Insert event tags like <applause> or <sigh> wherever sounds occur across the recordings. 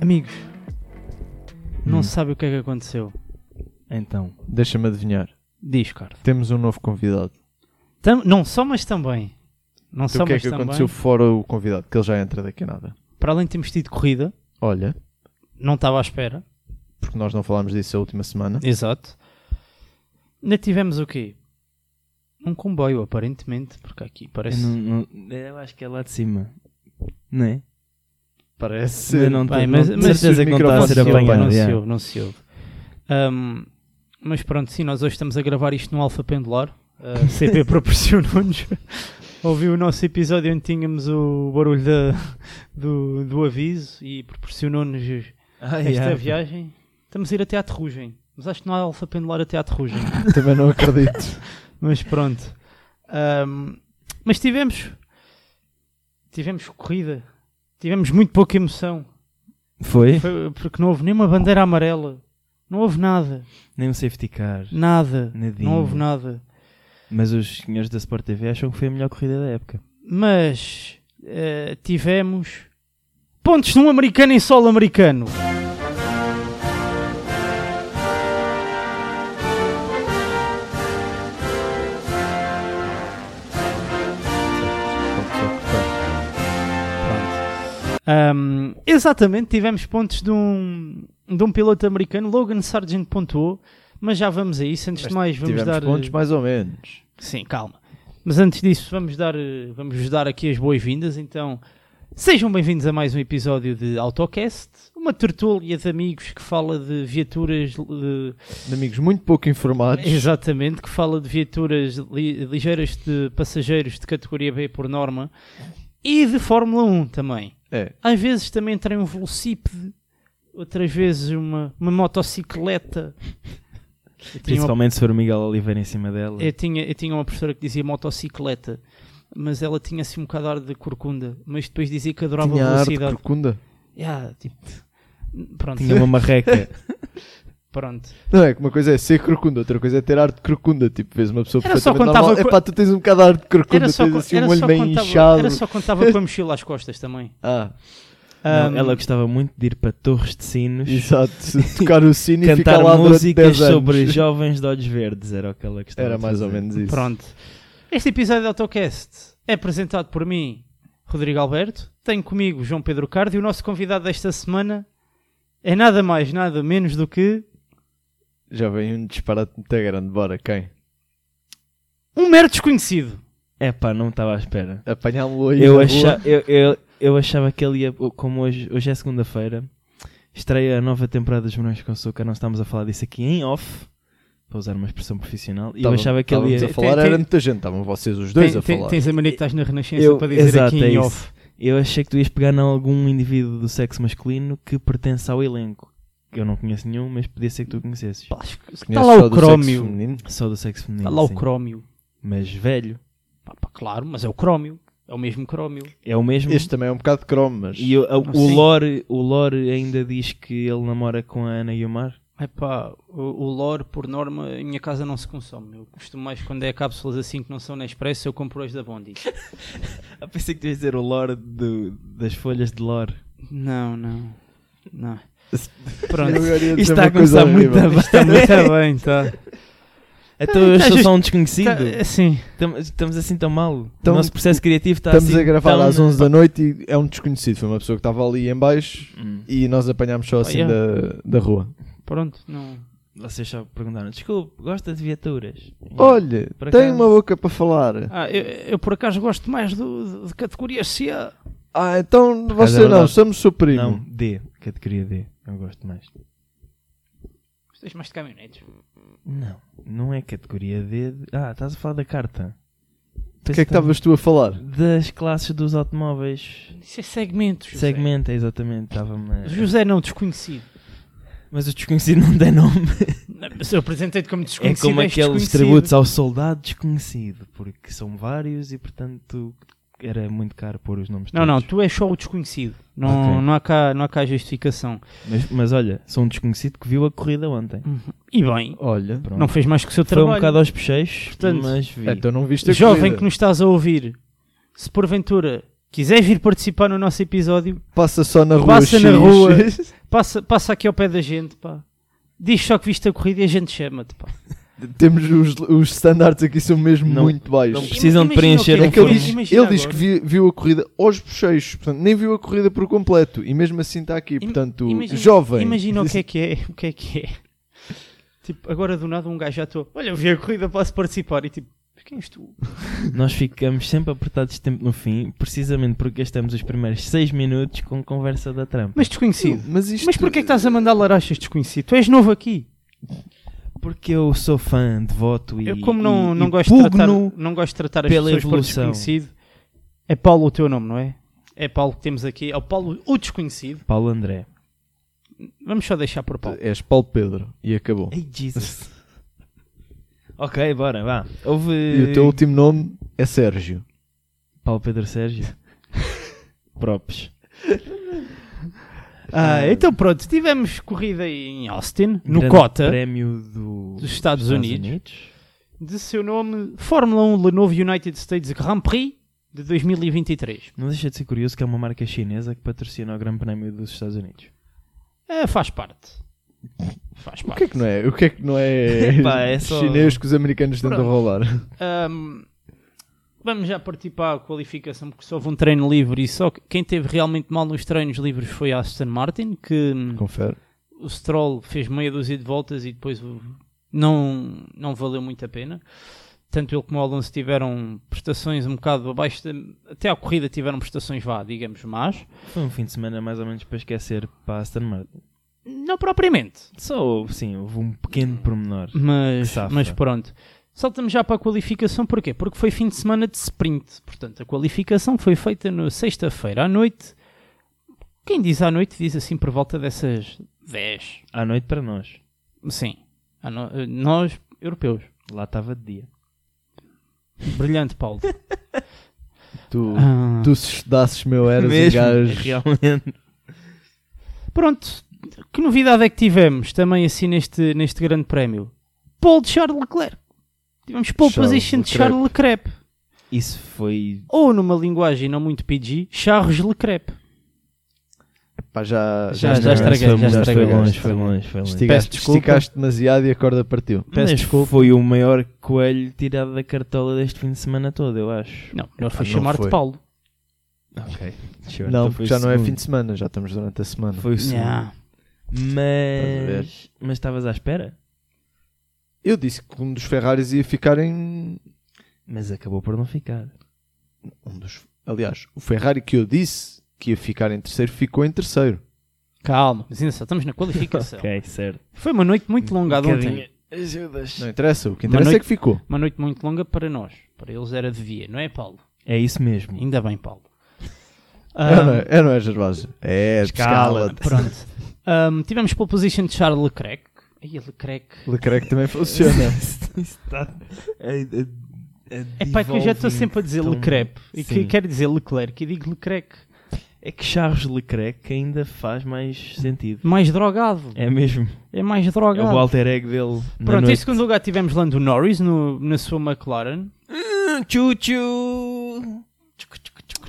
Amigos, não Hum. se sabe o que é que aconteceu. Então, deixa-me adivinhar. Diz, Carlos. Temos um novo convidado. Tam- não só, mas também. Não Então, só, o que é mas que também. aconteceu fora o convidado? Que ele já entra daqui a nada. Para além de termos tido corrida, Olha, não estava à espera. porque nós não falámos disso a última semana. Exato. Ainda tivemos o quê? Um comboio, aparentemente, porque aqui Eu, parece. não- não- eu acho que é lá de cima. Não é? Parece. Eu não Bem, tenho mas- de mas certeza os que não está a microfones ser se ouve, apanhado. não se yeah. ouve, não se ouve. Ahm, mas pronto, sim, nós hoje estamos a gravar isto no Alfa Pendular. Ah, A <laughs> CP <laughs> proporcionou-nos ouvir o nosso episódio onde tínhamos o barulho da- do, do aviso e proporcionou-nos Ah, esta yeah. viagem. Estamos a ir até à Terrugem, mas acho que não há Alfa Pendular até à Terrugem. Também não <laughs> acredito. mas pronto. Ahm, mas tivemos. Tivemos corrida. Tivemos muito pouca emoção. Foi? Foi porque não houve nenhuma bandeira amarela. Não houve nada. Nem um safety car. Nada. Nadinha. Não houve nada. Mas os senhores da Sport TV acham que foi a melhor corrida da época. Mas eh, tivemos pontos num americano em solo americano. Ahm, exatamente, tivemos pontos de um, de um piloto americano. Logan Sargent pontuou. Mas já vamos a isso. Antes de mais, vamos Tivemos dar. pontos mais ou menos. Sim, calma. Mas antes disso, vamos dar, eh, vamos vos dar aqui as boas-vindas. Então, sejam bem-vindos a mais um episódio de AutoCast, uma tertúlia de amigos que fala de viaturas. eh, Amigos muito pouco informados. Exatamente, que fala de viaturas li- ligeiras de passageiros de categoria B por norma e de Fórmula 1 também. É. Às vezes também entra um velocípede, outras vezes uma, uma motocicleta. Eu tinha uma Principalmente se for o Miguel Oliveira em cima dela. eu tinha, eu tinha uma professora que dizia motocicleta, mas ela tinha assim um bocado de ar de corcunda, mas depois dizia que adorava Tinha a arte velocidade. corcunda. Ya, tipo, pronto, Tinha uma marreca. <laughs> pronto. Não é que uma coisa é ser corcunda, outra coisa é ter arte de corcunda. Tipo, vês uma pessoa Era só perfeitamente quando normal. tava- Epá, tu tens um bocado de arte de corcunda, Era só, tens co- assim um era, olho só bem inchado. contava, era só contava com a mochila às costas também. Ah, Não, Ahm, <laughs> ela gostava muito de ir para torres de sinos, exato. Tocar o sino e ficar cantar lá durante 10 músicas anos. <laughs> sobre jovens de olhos verdes. Era o que ela gostava. Era de mais ou fazer. menos <laughs> isso. Pronto. Este episódio de AutoCast é apresentado por mim, Rodrigo Alberto. Tenho comigo João Pedro Cardo e o nosso convidado desta semana é nada mais, nada menos do que Já vem um disparate muito grande. Bora, quem? um mero desconhecido. É pá, não estava à espera. Apanhá-lo aí. Eu, na acha, rua. eu, eu, eu achava que ele ia, como hoje, hoje é segunda-feira, estreia a nova temporada dos Morangos com Açúcar. Nós estamos a falar disso aqui em off, para usar uma expressão profissional. E eu Tava- achava que ele estávamos ia. a falar, tem- era tem- muita gente. Estavam vocês os dois Tem- a tem- falar. Tens a mania que estás na Renascença Eu- para dizer exato, aqui é em isso. off. Eu achei que tu ias pegar em algum indivíduo do sexo masculino que pertence ao elenco. Eu não conheço nenhum, mas podia ser que tu conhecesses. Pá, acho que- Está tá Conheces Tá lá só o do sexo crómio. feminino? Só do sexo feminino. Está lá o sim. crómio. Mas velho. Pá, pá, claro, mas é o crómio. É o mesmo crómio. É o mesmo. Este também é um bocado cromo, mas. E o, a- Ah, o, sim. lore, o lore ainda diz que ele namora com a Ana e o Mar. É pá, o, o lore, por norma, em minha casa não se consome. Eu costumo mais quando é cápsulas assim que não são na Expresso, eu compro as da Bondi. Ah, pensei que tu ias dizer o lore do- das folhas de lore. Não, não. Não. Eu Pronto. ia dizer Isto uma está a coisa começar muito horrível. bem. Está muito <laughs> Tá, bem, está. tá? Então eu Tá sou justo- só um desconhecido. Tá, sim. Tam- Estamos assim tão mal. Tam- o nosso processo criativo está Estamos assim a gravar tão- às 11 da noite e é um desconhecido. Foi uma pessoa que estava ali em baixo Hum. e nós apanhámos só assim Oh, yeah. da, da rua. Pronto, não. Vocês só perguntaram, desculpe, gosta de viaturas? Olha, Por tem acaso- uma boca para falar. Ah, eu, eu por acaso gosto mais do, de, de categoria C. Ah, então acaso é você não, verdade. somos seu primo. Não, D, categoria D. Eu gosto mais. Gostas mais de caminhonetes? Não, não é categoria D. de- Ah, estás a falar da carta. O que é que estavas tu a falar? Das classes dos automóveis. Isso é segmentos. José. Segmenta, exatamente. Estava-me a- José não, desconhecido. Mas o desconhecido não tem nome. Não, mas eu apresentei-te como <laughs> É desconhecido. como és aqueles desconhecido. tributos ao soldado desconhecido, porque são vários e portanto era muito caro pôr os nomes Não, não, todos. tu és só o desconhecido. Não, Ok. não, há, cá, não há cá justificação. Mas, mas olha, sou um desconhecido que viu a corrida ontem. E bem, Olha, Pronto. não fez mais que o seu Foi um trabalho. bocado aos pecheiros, Portanto, mas vi. Ah, então não viste a Jovem corrida. que nos estás a ouvir, se porventura quiseres vir participar no nosso episódio, Passa só na rua. Passa na X. rua. passa, passa aqui ao pé da gente, pá. Diz só que viste a corrida e a gente chama-te, pá. <laughs> Temos os, os standards aqui são mesmo Não- muito baixos. não Precisam de Imagina preencher o que é É um que ele aquilo. diz, Imagina ele diz que agora. vi- viu a corrida aos bocheiros, portanto, nem viu a corrida por completo e mesmo assim está aqui, Im- portanto, imagina- jovem. Imagina o que é que é, o que é que <laughs> é. Tipo, agora do nada um gajo já estou, olha, eu vi a corrida, posso participar. E tipo, "Mas quem és tu? Nós ficamos sempre apertados de tempo no fim, precisamente porque gastamos os primeiros 6 minutos com conversa da trampa. Mas desconhecido. Mas isto Mas porquê é que estás a mandar larachas desconhecido? Tu és novo aqui. Porque eu sou fã, devoto e. Eu como não, e- não, e gosto, de tratar, pugno- não gosto de tratar as pela pessoas por evolução. desconhecido, é Paulo o teu nome, não é? É Paulo que temos aqui, é o Paulo o desconhecido. Paulo André. Vamos só deixar por Paulo. És Paulo Pedro e acabou. Ei, Jesus. <laughs> ok, bora, vá. Houve. E o teu Eh, último nome é Sérgio. Paulo <laughs> Pedro Sérgio. Props. Ah, então pronto, tivemos corrida em Austin, no Grande Cota, Prémio do... dos Estados Unidos. de seu nome Fórmula 1 Lenovo United States Grand Prix de 2023. Não deixa de ser curioso que é uma marca chinesa que patrocina o Grande Prémio dos Estados Unidos. É, faz parte. Faz O parte. que é que não é? O que é que <laughs> não é, Epá, é só- chinês que os americanos tentam Pronto. rolar? Ahm, vamos já partir para a qualificação, porque só houve um treino livre e só que- quem teve realmente mal nos treinos livres foi a Aston Martin, que hum, Confere. o Stroll fez meia dúzia de voltas e depois o- não, não valeu muito a pena. Tanto ele como o Alonso tiveram prestações um bocado abaixo, da- até à corrida tiveram prestações vá, digamos, más. Foi um fim de semana mais ou menos para esquecer para a Aston Martin. Não propriamente, Só, houve- sim, houve um pequeno pormenor. Mas, Que safa. mas pronto. Saltamos já para a qualificação, porquê? Porque foi fim de semana de sprint. Portanto, a qualificação foi feita na sexta-feira à noite. Quem diz à noite diz assim por volta dessas 10. À noite para nós. Sim. À no- eh, Nós, europeus. Lá estava de dia. Brilhante, Paulo. Tu, Ah, tu se estudasses, meu, eras um Mesmo, É gajo. É Realmente. Pronto. Que novidade é que tivemos também assim neste, neste grande prémio? Pole de Charles Leclerc. Tivemos pole Charles position de Leclerc. Charles Leclerc. Isso foi. Ou numa linguagem não muito PG, Charles Leclerc. Pá, já, Já- não, já isso estraguei, foi- já já estraguei. Foi longe, estragaste. foi longe, foi longe. Peço Esticaste, desculpa. esticaste demasiado e a corda partiu. Peço Mas desculpa. foi o maior coelho tirado da cartola deste fim de semana todo, eu acho. Não, melhor Epá, foi não chamar-te foi. Paulo. Ok. então Não, porque já não é fim de semana, já estamos durante a semana. Foi o segundo. Então Yeah. a ver? Mas. Mas estavas à espera? Eu disse que um dos Ferraris ia ficar em. Mas acabou por não ficar. Um dos... Aliás, o Ferrari que eu disse que ia ficar em terceiro ficou em terceiro. Calma, mas ainda só estamos na <laughs> qualificação. Ok, certo. Um Foi uma noite muito longa de Um ontem. Bocadinho. Ajudas. Não interessa, o que Uma interessa noite- é que ficou. Uma noite muito longa para nós. Para eles era de via, não é, Paulo? É isso mesmo. <laughs> Ainda bem, Paulo. É, não Ahm, é, é, não é Gervásio? É, escala. <laughs> Pronto. Ahm, tivemos pole position de Charles Leclerc. Aí, Leclerc. Leclerc também funciona. <laughs> Está. É, É pá, que eu já estou sempre a dizer tão- Leclerc. E que Sim. quero dizer Leclerc. E digo Leclerc. É que Charles Leclerc ainda faz mais sentido. Mais drogado. É mesmo. É mais É o drogado. alter egg dele. na Pronto, em noite. segundo lugar tivemos Lando Norris no, na sua McLaren. é um Chuchu!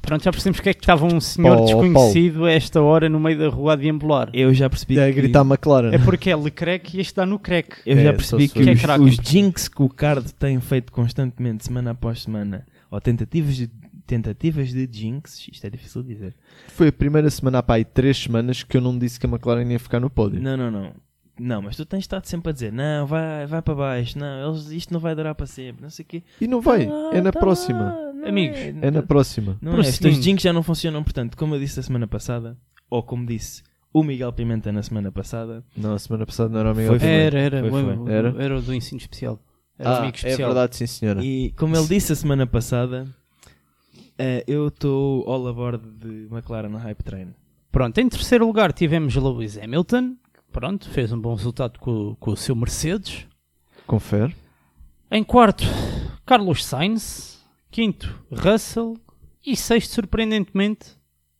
Pronto, já percebemos que é que estava um senhor Paulo, desconhecido a esta hora no meio da rua a deambular. Eu já percebi É a que. gritar McLaren. É porque é Lecrec e este dá no Crec. Eu já É, percebi só se que, for. os, Que é craque. os jinx que o Card tem feito constantemente, semana após semana, ou tentativas de, tentativas de jinx, isto é difícil de dizer. Foi a primeira semana, pá, e três semanas que eu não disse que a McLaren ia ficar no pódio. Não, não, não. Não, mas tu tens estado sempre a dizer, não, vai, vai para baixo, não, eles, isto não vai durar para sempre, não sei o quê. E não vai, Tá lá, é na tá próxima. lá, não Amigos, é- É na próxima. Não é, os teus Prosseguindo. jinx já não funcionam, portanto, como eu disse a semana passada, ou como disse o Miguel Pimenta na semana passada, Não, a semana passada não era o Miguel. Foi, foi. Era, era, Foi, o- foi. um Era? era o do ensino especial. Era o Ah, amigo é especial. verdade, sim senhora. E como ele disse a semana passada, eh, eu estou all aboard de McLaren no Hype Train. Pronto, em terceiro lugar tivemos Lewis Hamilton. que, Pronto, fez um bom resultado com, com o seu Mercedes. Confere. Em quarto, Carlos Sainz. Quinto, Russell. E sexto, surpreendentemente,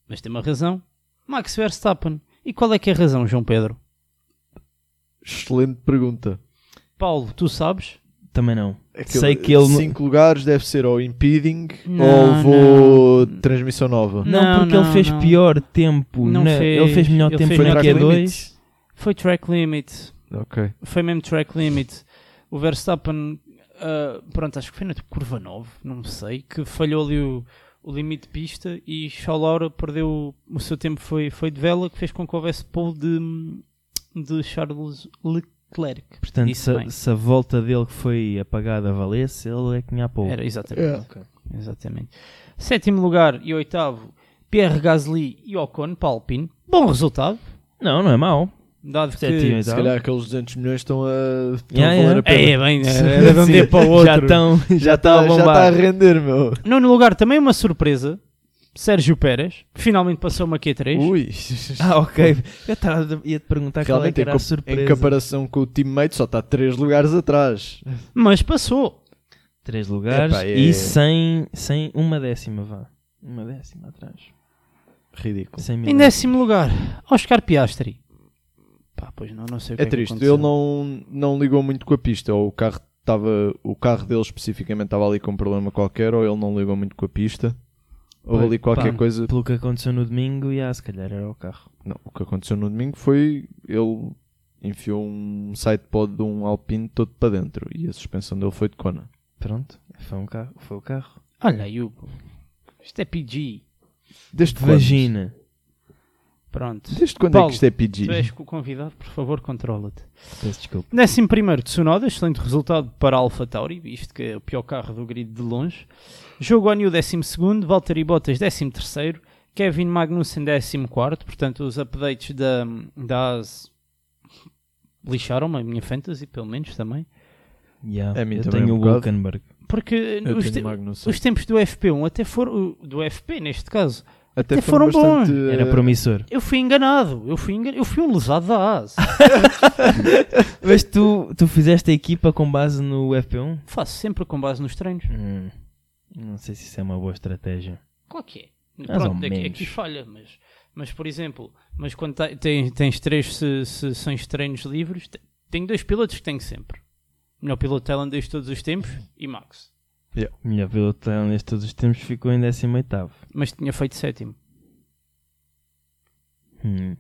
mas tem uma razão, Max Verstappen. E qual é que é a razão, João Pedro? Excelente pergunta. Paulo, tu sabes? Também não. Aquele Sei que ele- É Cinco lugares deve ser ou impeding Não, ou vou transmissão nova. Não, Não, porque não, ele fez não. pior tempo. Não na- fez. Ele fez melhor Ele tempo fez na melhor Q2. Foi track limit, Ok. foi mesmo track limit. O Verstappen, ah, pronto, acho que foi na curva 9, não sei, que falhou ali o, o limite de pista e Chalaura perdeu o seu tempo, foi, foi de vela, que fez com que houvesse pole de, de Charles Leclerc. Portanto, Disse bem. se, se a volta dele que foi apagada valesse, ele é que tinha a pouco. Era, exatamente. Yeah. Exatamente. Sétimo lugar e oitavo, Pierre Gasly e Ocon para a Alpine. Bom resultado, Não, não é mau. dado que... Sétimo e Se oitavo. calhar aqueles 200 milhões estão a, estão Yeah, a valer yeah. a pena. É, é bem, era de um Sim, dia para o outro. assim, Já estão tá- já estão a já tá a bombar. render, meu. Nono lugar, também uma surpresa, Sérgio Pérez, que finalmente passou uma Q3. Ui. Ah, ok. Eu estava ia te perguntar qual é Realmente, que em, era a co- surpresa. em comparação com o teammate, só está 3 lugares atrás. Mas passou. Três lugares Epá, é- e sem, sem uma décima, vá. Uma décima atrás. Ridículo. Sem mil. Em décimo lugar, Oscar Piastri. Pá, pois não, não sei o que É que triste, aconteceu. ele não, não ligou muito com a pista, ou o carro, estava, o carro dele especificamente estava ali com um problema qualquer, ou ele não ligou muito com a pista, ou Pois, ali qualquer pá, coisa. Pelo que aconteceu no domingo, e ah, se calhar era o carro. Não, o que aconteceu no domingo foi ele enfiou um sidepod de um Alpine todo para dentro e a suspensão dele foi de Kona. Pronto, foi, um carro, foi o carro. Olha aí, Hugo. Isto é PG. Desde quando? Vagina. Pronto. Desde quando é Paulo, que isto é Tu és PG? o convidado, por favor, controla-te. Peço desculpa. Décimo primeiro, Tsunoda, excelente resultado para a Alpha Tauri, isto que é o pior carro do grid de longe. Jogo Anil, décimo segundo, Valtteri Bottas, décimo terceiro, Kevin Magnussen, décimo quarto, portanto os updates da, da AS lixaram-me, a minha fantasy pelo menos também, Yeah. A mim Eu também tenho um o bocado. Hulkenberg. porque Eu os, te- tenho Magnussen. os tempos do FP1 até foram, do FP neste caso, Até até foram bons. bastante, Era eh, promissor. eu fui enganado, eu fui, engan- eu fui um lesado da <laughs> AS, Mas tu, tu fizeste a equipa com base no FP1? faço sempre com base nos treinos, Hum, não sei se isso é uma boa estratégia. Qual que é? Mais ou Pronto, aqui, menos. aqui falha, mas, mas por exemplo, mas quando ta- tens, tens três se- sessões de treinos livres, te- tenho dois pilotos que tenho sempre. O melhor piloto tailandês de todos os tempos e Max. O melhor piloto tailandês de todos os tempos ficou em 18. Mas tinha feito sétimo. Hum.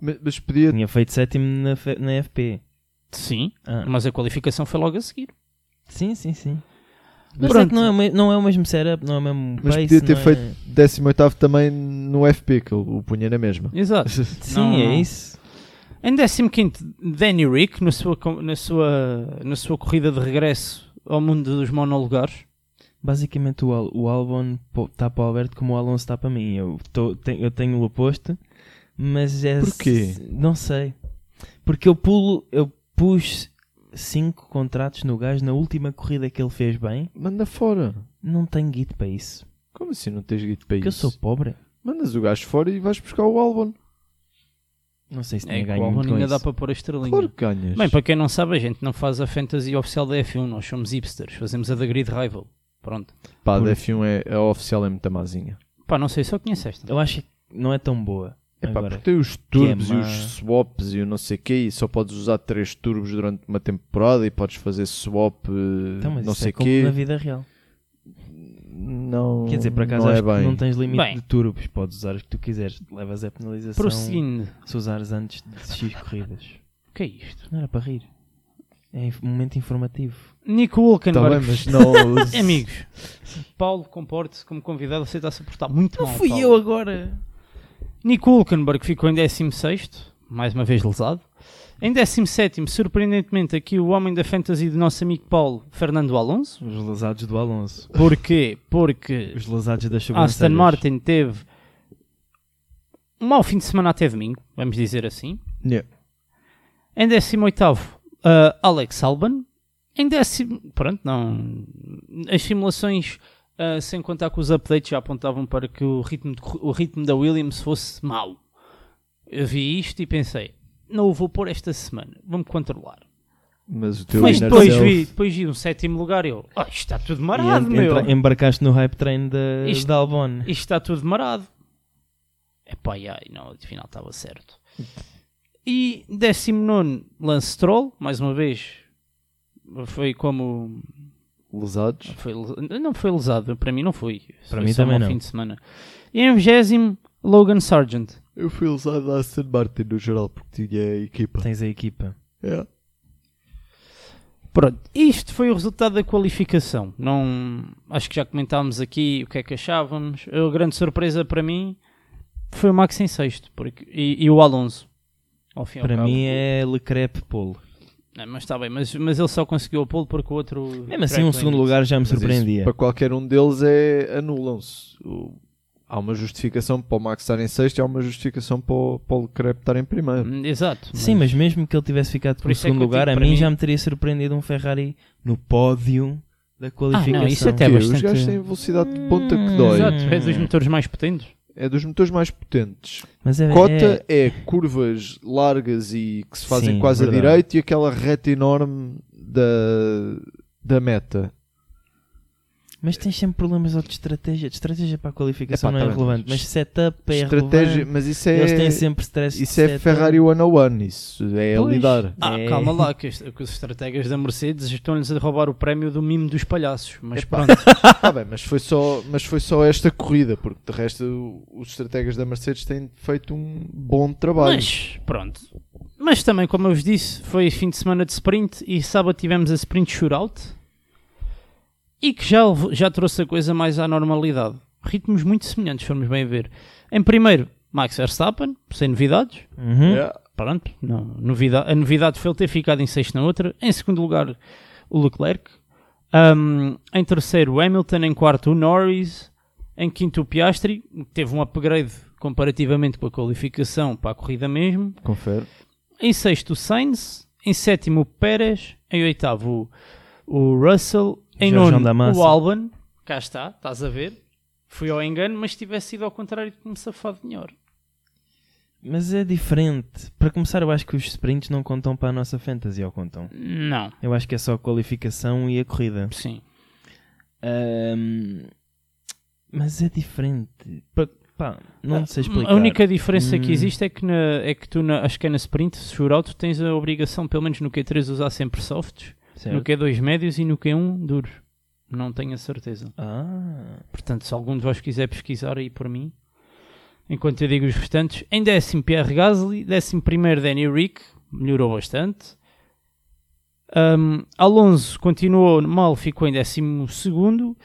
mas- Mas podia. Tinha feito sétimo na, fe- na FP. Sim, Ah, mas a qualificação foi logo a seguir. Sim, sim, sim. Mas Pronto. é que não é, o me- não é o mesmo setup, não é o mesmo Mas pace, podia ter não é- feito 18 também no FP, que ele o punha na mesma. <laughs> <laughs> Exato. Sim, Não, é não. isso. Em 15, Danny Rick, na sua, co- na, sua, na sua corrida de regresso ao mundo dos monolugares. Basicamente o, Al- o Albon está para o Alberto como o Alonso está para mim. Eu, tô- te- eu tenho o oposto, mas é... Porquê? Não sei. Porque eu pulo, eu pus cinco contratos no gajo na última corrida que ele fez bem. Manda fora. Não tenho guito para isso. Como assim não tens guito para Porque isso? eu sou pobre. Mandas o gajo fora e vais buscar o Albon. Não sei se É tinha que ganho o muito Albon com ainda dá isso. para pôr a estrelinha. Claro que ganhas. Bem, para quem não sabe, a gente não faz a fantasy oficial da F1, nós somos hipsters, fazemos a da Grid Rival. Pronto. Pá, Por- da F1 é, a oficial é muito mazinha. Pá, não sei, só conheço esta. Eu acho que não é tão boa. É pá, agora. porque tem os turbos que é e má. os swaps e o não sei o quê e só podes usar três turbos durante uma temporada e podes fazer swap eh, Então, mas não isso sei é o como na quê. vida real. Não, Quer dizer, por acaso não é acho que bem. não tens limite Bem. de turbos, podes usar os que tu quiseres, levas a penalização Prosseguindo, se usares antes de X corridas. o que é isto? Não era para rir. É um momento informativo. Nico Tá Hulkenberg. bem, mas <laughs> É <laughs> não... Amigos, Paulo comporte-se como convidado, você está-se a portar muito Ah, mal. Paulo. agora! Nico Hulkenberg ficou em 16, mais uma vez lesado. Em 17, surpreendentemente, aqui o homem da fantasy do nosso amigo Paulo, Fernando Alonso. Os lesados do Alonso. Porquê? Porque Os lesados das sobrancelhas. Aston Martin teve um mau fim de semana até domingo, vamos dizer assim. Yeah. Em 18º, uh, Alex Alban. Em décimo, pronto, não. As simulações, uh, sem contar com os updates, já apontavam para que o ritmo, de corri- o ritmo da Williams fosse mau. Eu vi isto e pensei, não o vou pôr esta semana, vou-me controlar. Mas o teu Mas inner depois self- vi, depois vi um sétimo lugar e eu, oh, isto está tudo E marado, en- meu. entra- embarcaste no hype train da Isto- da Albon. Isto está tudo marado. Epá, ai, ai, não, afinal estava certo. E 19 Lance Troll, mais uma vez, Foi como Lesados. Foi les- não foi lesado, para mim não foi. Para Foi mim só também um não. fim de semana. E em 20 Logan Sargent. Eu fui lesado da Aston Martin no geral porque tinha a equipa. Tens a equipa. É. Pronto, isto foi o resultado da qualificação. Não, acho que já comentámos aqui o que é que achávamos. A grande surpresa para mim foi o Max em sexto porque, e, e o Alonso. Ao fim e ao Para cabo. mim é Le Crepe Pole. Não, Ah, mas está bem, mas, mas ele só conseguiu o pole porque o outro. Mesmo assim, track um limit. segundo lugar já me Mas isso surpreendia. Para qualquer um deles é anulam-se. O- Há uma justificação para o Max estar em sexto e há uma justificação para o, para o Leclerc estar em primeiro. Hum, Exato. Sim, mas mesmo que ele tivesse ficado Por por isso é que segundo eu digo, lugar, a para mim, mim- já me teria surpreendido um Ferrari no pódio da Ah, qualificação. não, isso até é Quê? bastante. Os gajos têm velocidade de ponta Hum, que dói. Exato, é dos motores mais potentes. É dos motores mais potentes. Mas é, Cota é, curvas largas e que se fazem Sim, quase verdade. a direito e aquela reta enorme da, da meta. é- mas tens sempre problemas ou de estratégia. De estratégia para a qualificação Epá, não é tá bem, relevante, mas mas setup é Estratégia, relevante. mas isso Eles têm é, sempre stress. de isso é setup. Ferrari 101, isso é a Pois. lidar. Ah, É. calma lá, que, este- que os estrategas da Mercedes estão-lhes a roubar o prémio do mimo dos palhaços. Mas Epá. pronto, Tá bem, mas foi, só, mas foi só esta corrida, porque de resto o- os estrategas da Mercedes têm feito um bom trabalho. mas pronto. Mas também, como eu vos disse, foi fim de semana de sprint e sábado tivemos a sprint shootout e que já, lev- já trouxe a coisa mais à normalidade. Ritmos muito semelhantes, formos bem a ver. Em primeiro, Max Verstappen, sem novidades. Uhum. Yeah. pronto, não, novida- a novidade foi ele ter ficado em sexto na outra. Em segundo lugar, o Leclerc. Ahm, em terceiro, o Hamilton. Em quarto, o Norris. Em quinto, o Piastri. Teve um upgrade comparativamente com a qualificação para a corrida mesmo. Confere. Em sexto, o Sainz. Em sétimo, o Pérez. Em oitavo, o, o Russell. Em Jorgeão da nono, Massa. o Albon. Cá está, estás a ver. Fui ao engano, mas se tivesse sido ao contrário, me safado melhor. Mas é diferente. Para começar, eu acho que os sprints não contam para a nossa fantasy, ou contam. Não, Eu acho que é só a qualificação e a corrida. sim. Ahm, mas é diferente. Pa- pá, não sei explicar. Ah, A única diferença que Hum. existe é que, na- é que tu, na, acho que é na sprint, se shootout, tu tens a obrigação, pelo menos no Q3, usar sempre softs, Certo? no Q2 médios e no Q1 duros. Não tenho a certeza. Ah, Portanto, se algum de vós quiser pesquisar aí por mim, enquanto eu digo os restantes, em décimo Pierre Gasly, décimo primeiro Danny Rick, melhorou bastante. Ahm, Alonso continuou mal, ficou em décimo segundo.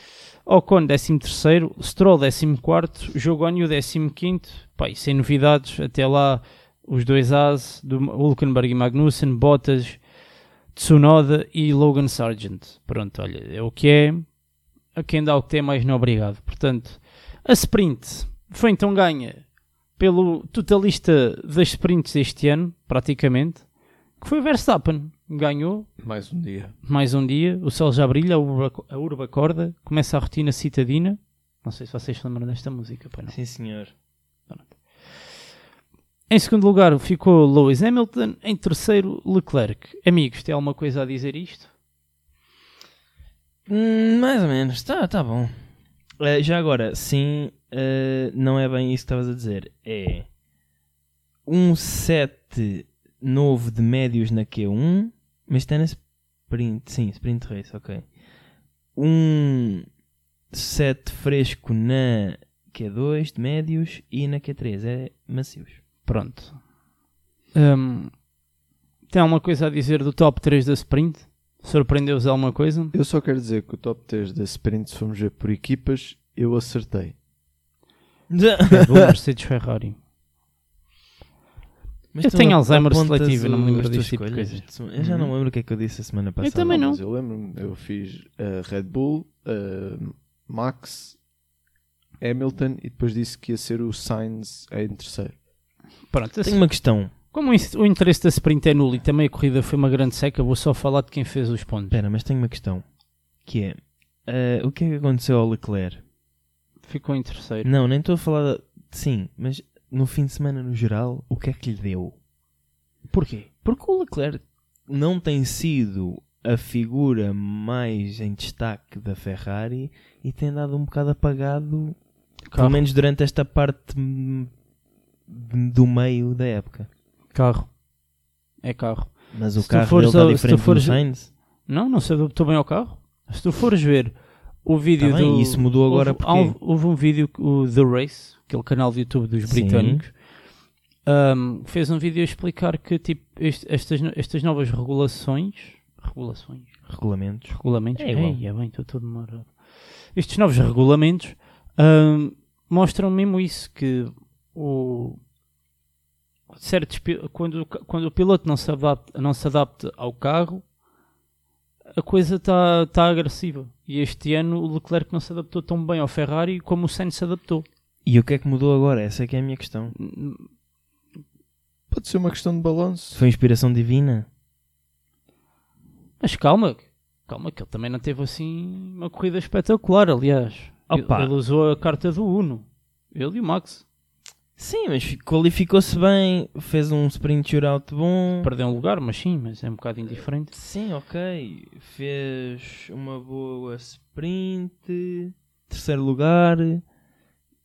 Ocon, décimo terceiro. Stroll, décimo quarto. Jogonio, décimo quinto. Pá, e sem novidades, até lá os dois as do Hulkenberg e Magnussen, Bottas, Tsunoda e Logan Sargent. Pronto, olha, é o que é a quem dá o que tem mais não obrigado. Portanto, a sprint foi então ganha pelo totalista das sprints deste ano, praticamente, que foi o Verstappen. Ganhou Mais um dia. mais um dia, o sol já brilha, a urba, a urba acorda, começa a rotina citadina. Não sei se vocês se lembram desta música, pois não. sim senhor. Em segundo lugar ficou Lewis Hamilton, em terceiro Leclerc. Amigos, tem alguma coisa a dizer isto? Hum, mais ou menos, tá, tá bom. Eh, já agora, sim, eh, não é bem isso que estavas a dizer. É um set novo de médios na Q1, mas está na sprint, sim, sprint race, ok. Um set fresco na Q2 de médios e na Q3, é macios. <laughs> Pronto. Hum, tem alguma coisa a dizer do top 3 da sprint? Surpreendeu-vos alguma coisa? Eu só quero dizer que o top 3 da sprint, se formos ver por equipas, eu acertei. Red Bull, Mercedes Ferrari. Mas Eu tu tenho ap- Alzheimer apontas seletivo, não me lembro as tuas desse tipo de escolhas. coisas. Tu- Eu já não me lembro o que é que eu disse a semana passada. também não. Mas eu lembro-me, eu fiz a Red Bull, a Max, Hamilton e depois disse que ia ser o Sainz em terceiro. Pronto, assim, Tenho uma questão. como o in- o interesse da sprint é nulo e também a corrida foi uma grande seca, vou só falar de quem fez os pontos. Espera, mas tenho uma questão. Que é, eh, o que é que aconteceu ao Leclerc? Ficou em terceiro. Não, nem estou a falar... de- Sim, mas no fim de semana no geral, o que é que lhe deu? Porquê? Porque o Leclerc não tem sido a figura mais em destaque da Ferrari e tem andado um bocado apagado, pelo Carro. menos durante esta parte hum, do meio da época. Carro. É carro. Mas o Se tu carro fores dele está ao- se tu diferente fores- do Sainz. Não, não se adaptou bem ao carro. Se tu fores ver o vídeo Tá bem, do. isso mudou agora houve, porque- há um, houve um vídeo, que o The Race, aquele canal de YouTube dos Sim. britânicos, ahm, fez um vídeo a explicar que tipo, este- estas, no- estas novas regulações. Regulações? Regulamentos. Regulamentos? É igual. Ei, é bem, estou todo demorado. Estes novos regulamentos ahm, mostram mesmo isso: que o. Certos, pi- quando, o ca- quando o piloto não se, adapta, não se adapta ao carro, a coisa está tá agressiva. E este ano o Leclerc não se adaptou tão bem ao Ferrari como o Sainz se adaptou. E o que é que mudou agora? Essa é que é a minha questão. Hum. Pode ser uma questão de balanço. Foi inspiração divina? Mas calma, calma, que ele também não teve assim uma corrida espetacular. Aliás, Ele- Opa. ele usou a carta do Uno, ele e o Max. Sim, mas fi- qualificou-se bem, fez um sprint shootout bom. Perdeu um lugar, mas sim, mas é um bocado indiferente. Sim, ok. Fez uma boa sprint, terceiro lugar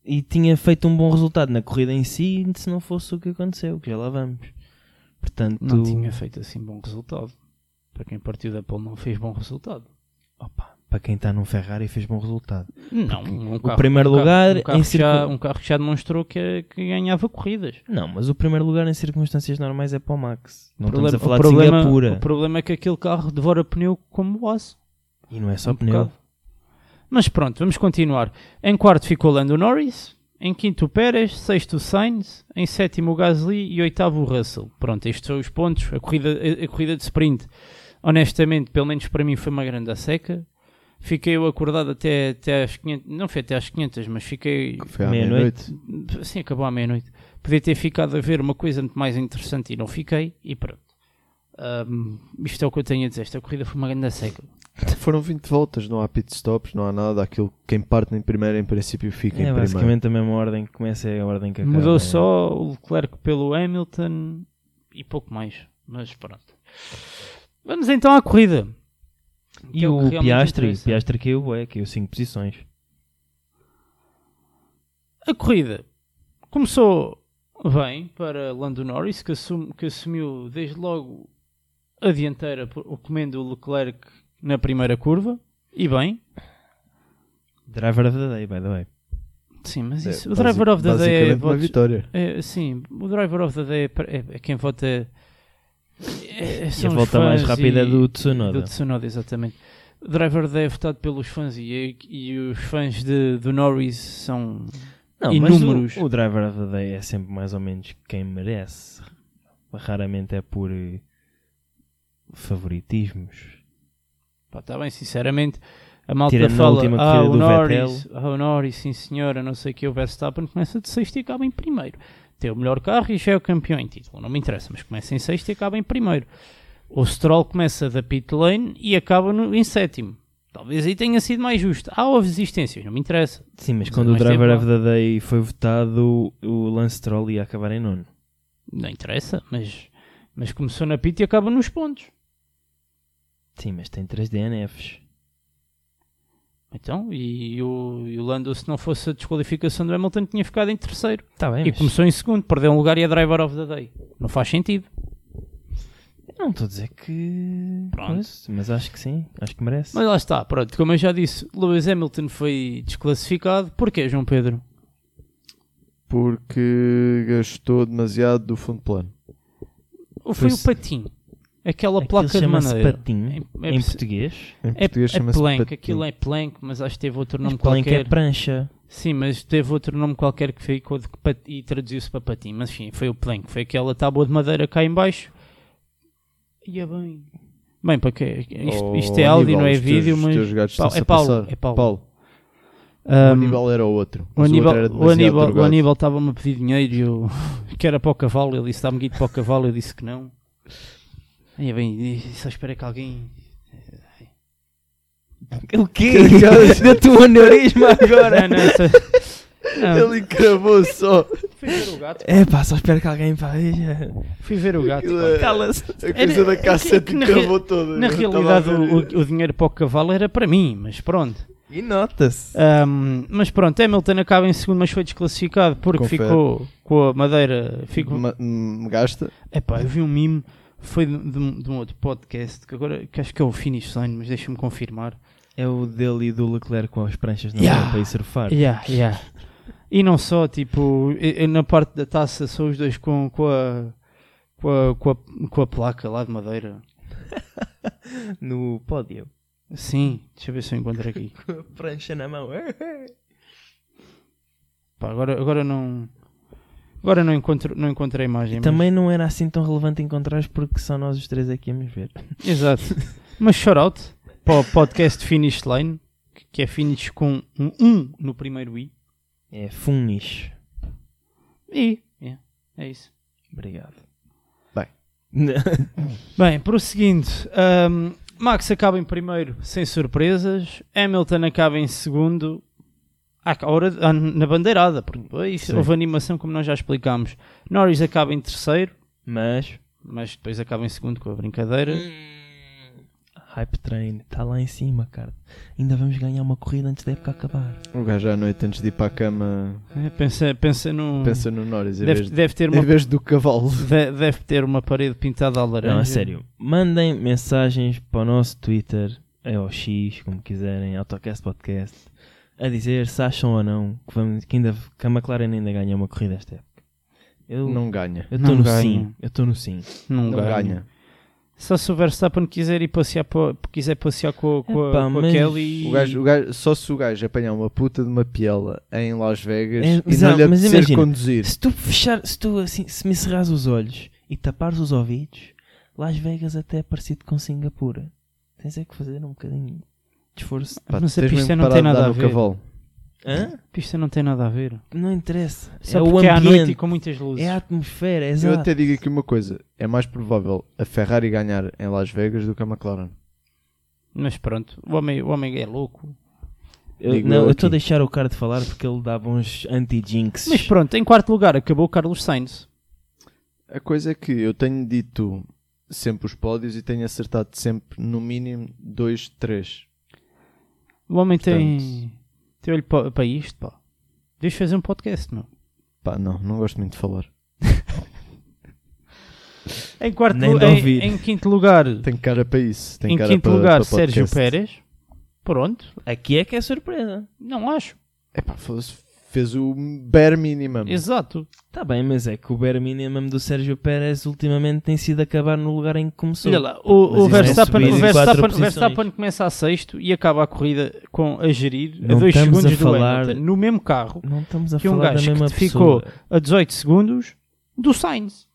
e tinha feito um bom resultado na corrida em si, se não fosse o que aconteceu, que já lá vamos. Portanto, Não tinha feito assim bom resultado. Para quem partiu da Pole não fez bom resultado. opa, para quem está num Ferrari fez bom resultado. Não, um carro, primeiro um carro- lugar um carro, em que já, circu- um carro que já demonstrou que, que ganhava corridas. Não, mas o primeiro lugar em circunstâncias normais é para o Max. Não Problema- estamos a falar o problema, de Singapura. O problema é que aquele carro devora pneu como o aço. E não é só Um pneu. bocado. Mas pronto, vamos continuar. Em quarto ficou Lando Norris, em quinto o Pérez, sexto o Sainz, em sétimo o Gasly e oitavo o Russell. Pronto, estes são os pontos. A corrida, a, a corrida de sprint, honestamente, pelo menos para mim foi uma grande a seca. Fiquei eu acordado até, até às 500, não foi até às 500, mas fiquei, Foi à Meia-noite. meia-noite. assim acabou à meia-noite. Podia ter ficado a ver uma coisa muito mais interessante e não fiquei, e pronto. Ahm, isto é o que eu tenho a dizer. Esta corrida foi uma grande a seca. Foram 20 voltas, não há pit stops, não há nada. Aquilo quem parte em primeiro, em princípio, fica É em primeiro. basicamente a mesma ordem que começa é a ordem que acaba. Mudou é. só o Leclerc pelo Hamilton e pouco mais. Mas pronto. Vamos então à corrida. Que E é que o realmente Piastri, interessa. Piastri caiu, bué, caiu 5 posições. A corrida começou bem para Lando Norris, que, assum- que assumiu desde logo a dianteira, por- o comendo do Leclerc na primeira curva. E bem. Driver of the Day, by the way. Sim, mas É, isso, o basi- Driver of the Day é, basicamente uma votos- vitória. é, Sim, o Driver of the Day é pra- é, é quem vota. É, é- e a são os volta mais fãs rápida e- do Tsunoda. Do Tsunoda, exatamente. O driver deve é votado pelos fãs e, e os fãs de, do Norris são. Não, e mas números. O, o Driver of the Day é sempre mais ou menos quem merece. Raramente é por eh, favoritismos. Pá, está bem, sinceramente. A malta Tirando a fala. última Ah, corrida o do Norris, ah, o Norris, sim senhora, não sei o que. O Verstappen começa de sexto e acaba em primeiro. Tem o melhor carro e já é o campeão em título. Não me interessa, mas começa em sexto e acaba em primeiro. O Stroll começa da pit lane e acaba no- em sétimo. Talvez aí tenha sido mais justo. Ah, houve resistências, não me interessa. Sim, Mas mas é quando mais o Driver tempo, of the Day foi votado, o Lance Troll ia acabar em nono. Não interessa, mas, mas começou na pit e acaba nos pontos. Sim, mas tem 3 DNFs. Então, e o, e o Lando, se não fosse a desqualificação do Hamilton, tinha ficado em terceiro. Está Tá É, bem, E mas começou em segundo, perdeu um lugar e é driver of the day. Não faz sentido. não estou a dizer que... Pronto. Pois, Mas acho que sim, acho que merece. Mas lá está, pronto, como eu já disse, Lewis Hamilton foi desclassificado. Porquê, João Pedro? Porque gastou demasiado do fundo plano. Ou foi Foi- o patim? Aquela Aquilo placa de chama-se maneira. patim, É- é em possi- português. Em É, português é chama-se plank, patinho. aquilo é plank, mas acho que teve outro Mas nome plank é qualquer. prancha. Sim, mas teve outro nome qualquer que ficou de pat- e traduziu-se para patim. Mas sim, foi o plank. Foi aquela tábua de madeira cá em baixo. Ia bem. Bem, para quê? Isto, Oh, isto é áudio, Aníbal, não é os teus- vídeo, os mas... teus gatos Pau- estão-se é a Paulo, passar. é Paulo. O Ahm, Aníbal era o outro. o mas Aníbal, outro era o Aníbal, demasiado o Aníbal estava-me a pedir dinheiro e eu, <laughs> que era para o cavalo, ele disse dá-me guito para o cavalo, eu disse que não. Aí bem, só espera que alguém. O quê? Deu-te um aneurisma agora. Não, não, só... <laughs> não, drogado. <laughs> Ele cravou só. fui ver o gato. É pá, só espero que alguém veja. Fui ver o gato. Aquilo pá. é- Cala-se. A coisa da é que- cassete é que na cravou toda. Na Eu estava realidade, a ver- o, o- o dinheiro para o cavalo era para mim, mas pronto. E nota-se. Ahm, mas pronto, Hamilton acaba em segundo, mas foi desclassificado porque Confere. ficou com a madeira. Ficou... Ma- hum, gasta. Epá, eu vi um mimo. foi de, de- de um outro podcast que agora que acho que é o Finish Line, mas deixa-me confirmar. É o dele e do Leclerc com as pranchas na Yeah. mão para ir surfar. Yeah, yeah. E não só, tipo, e- e na parte da taça são os dois com, com, a, com, a, com, a, com a placa lá de madeira. No pódio. <laughs> Sim, deixa eu ver se eu encontro aqui. Com a prancha na mão. é? Pá, agora, agora não. Agora não encontro, não encontro a imagem. mas- Também não era assim tão relevante encontrar porque só nós os três é que íamos ver. Exato. Mas shout out para o podcast Finish Line, que- que é finish com um 1 no primeiro I. É Funis. E yeah, é isso. Obrigado. Bem. Bem, prosseguindo, ahm, Max acaba em primeiro sem surpresas, Hamilton acaba em segundo à ca- hora, ah, na bandeirada, porque depois Sim. houve animação como nós já explicámos. Norris acaba em terceiro, <laughs> Mas. mas depois acaba em segundo com a brincadeira. Hum. Hype Train está lá em cima, cara. Ainda vamos ganhar uma corrida antes da época acabar. O gajo à noite antes de ir para a cama É, Pensa, pensa no. pensa no Norris em, Hum. deve, vez, de- deve ter <laughs> em uma, vez do cavalo. de- deve ter uma parede pintada à laranja. Não, a é sério. Mandem mensagens para o nosso Twitter, é ao X, como quiserem, Autocast Podcast, a dizer se acham ou não que, vamos, que, ainda, que a McLaren ainda ganha uma corrida esta época. Eu Não ganha. eu estou Não no ganha. sim. Eu estou no sim. Não, Não ganha. ganha. Só se o Verstappen quiser ir passear, pa- quiser passear com, a- com a, Epá, com a mas Kelly. O gajo, o gajo- só se o gajo apanhar uma puta de uma piela em Las Vegas É, e exato, não lhe mas apetecer imagina, conduzir. Se tu fechar, se tu assim, se me cerrares os olhos e tapares os ouvidos, Las Vegas até é parecido com Singapura. Tens é que fazer um bocadinho de esforço. Pá, Ah, Mas a tens pista mesmo não parar tem de dar nada a no ver. cavalo. Hã? A pista não tem nada a ver. Não interessa. Só é o porque é à noite e ambiente, com muitas luzes. é a atmosfera, é Eu exato. até digo aqui uma coisa: é mais provável a Ferrari ganhar em Las Vegas do que a McLaren. Mas pronto, o homem, o homem é louco. Eu, Digo não, eu eu estou a aqui. deixar o cara de falar porque ele dá bons anti-jinx. Mas pronto, em quarto lugar acabou o Carlos Sainz. A coisa é que eu tenho dito sempre os pódios e tenho acertado sempre no mínimo 2, 3. O homem tem, tem olho para, para isto, pá. Deixa fazer um podcast, meu. Pá, não, não gosto muito de falar. Em, quarto Nem lu- de em, ouvir. em quinto lugar, Tenho cara para isso. Tenho em cara quinto para, lugar para podcast. Sérgio Pérez. Pronto, Aqui é que é surpresa. não acho. Epá, foda-se, fez o bare minimum. Exato. Tá bem, mas é que o bare minimum do Sérgio Pérez ultimamente tem sido acabar no lugar em que começou. Olha lá, o, o Mas isso é Verstappen, subir o em Verstappen- quatro o Verstappen posições. começa a sexto e acaba a corrida com a gerir a Não 2 estamos segundos a do falar- Hamilton no mesmo carro Não estamos a que um falar da gajo mesma que ficou pessoa. a 18 segundos do Sainz.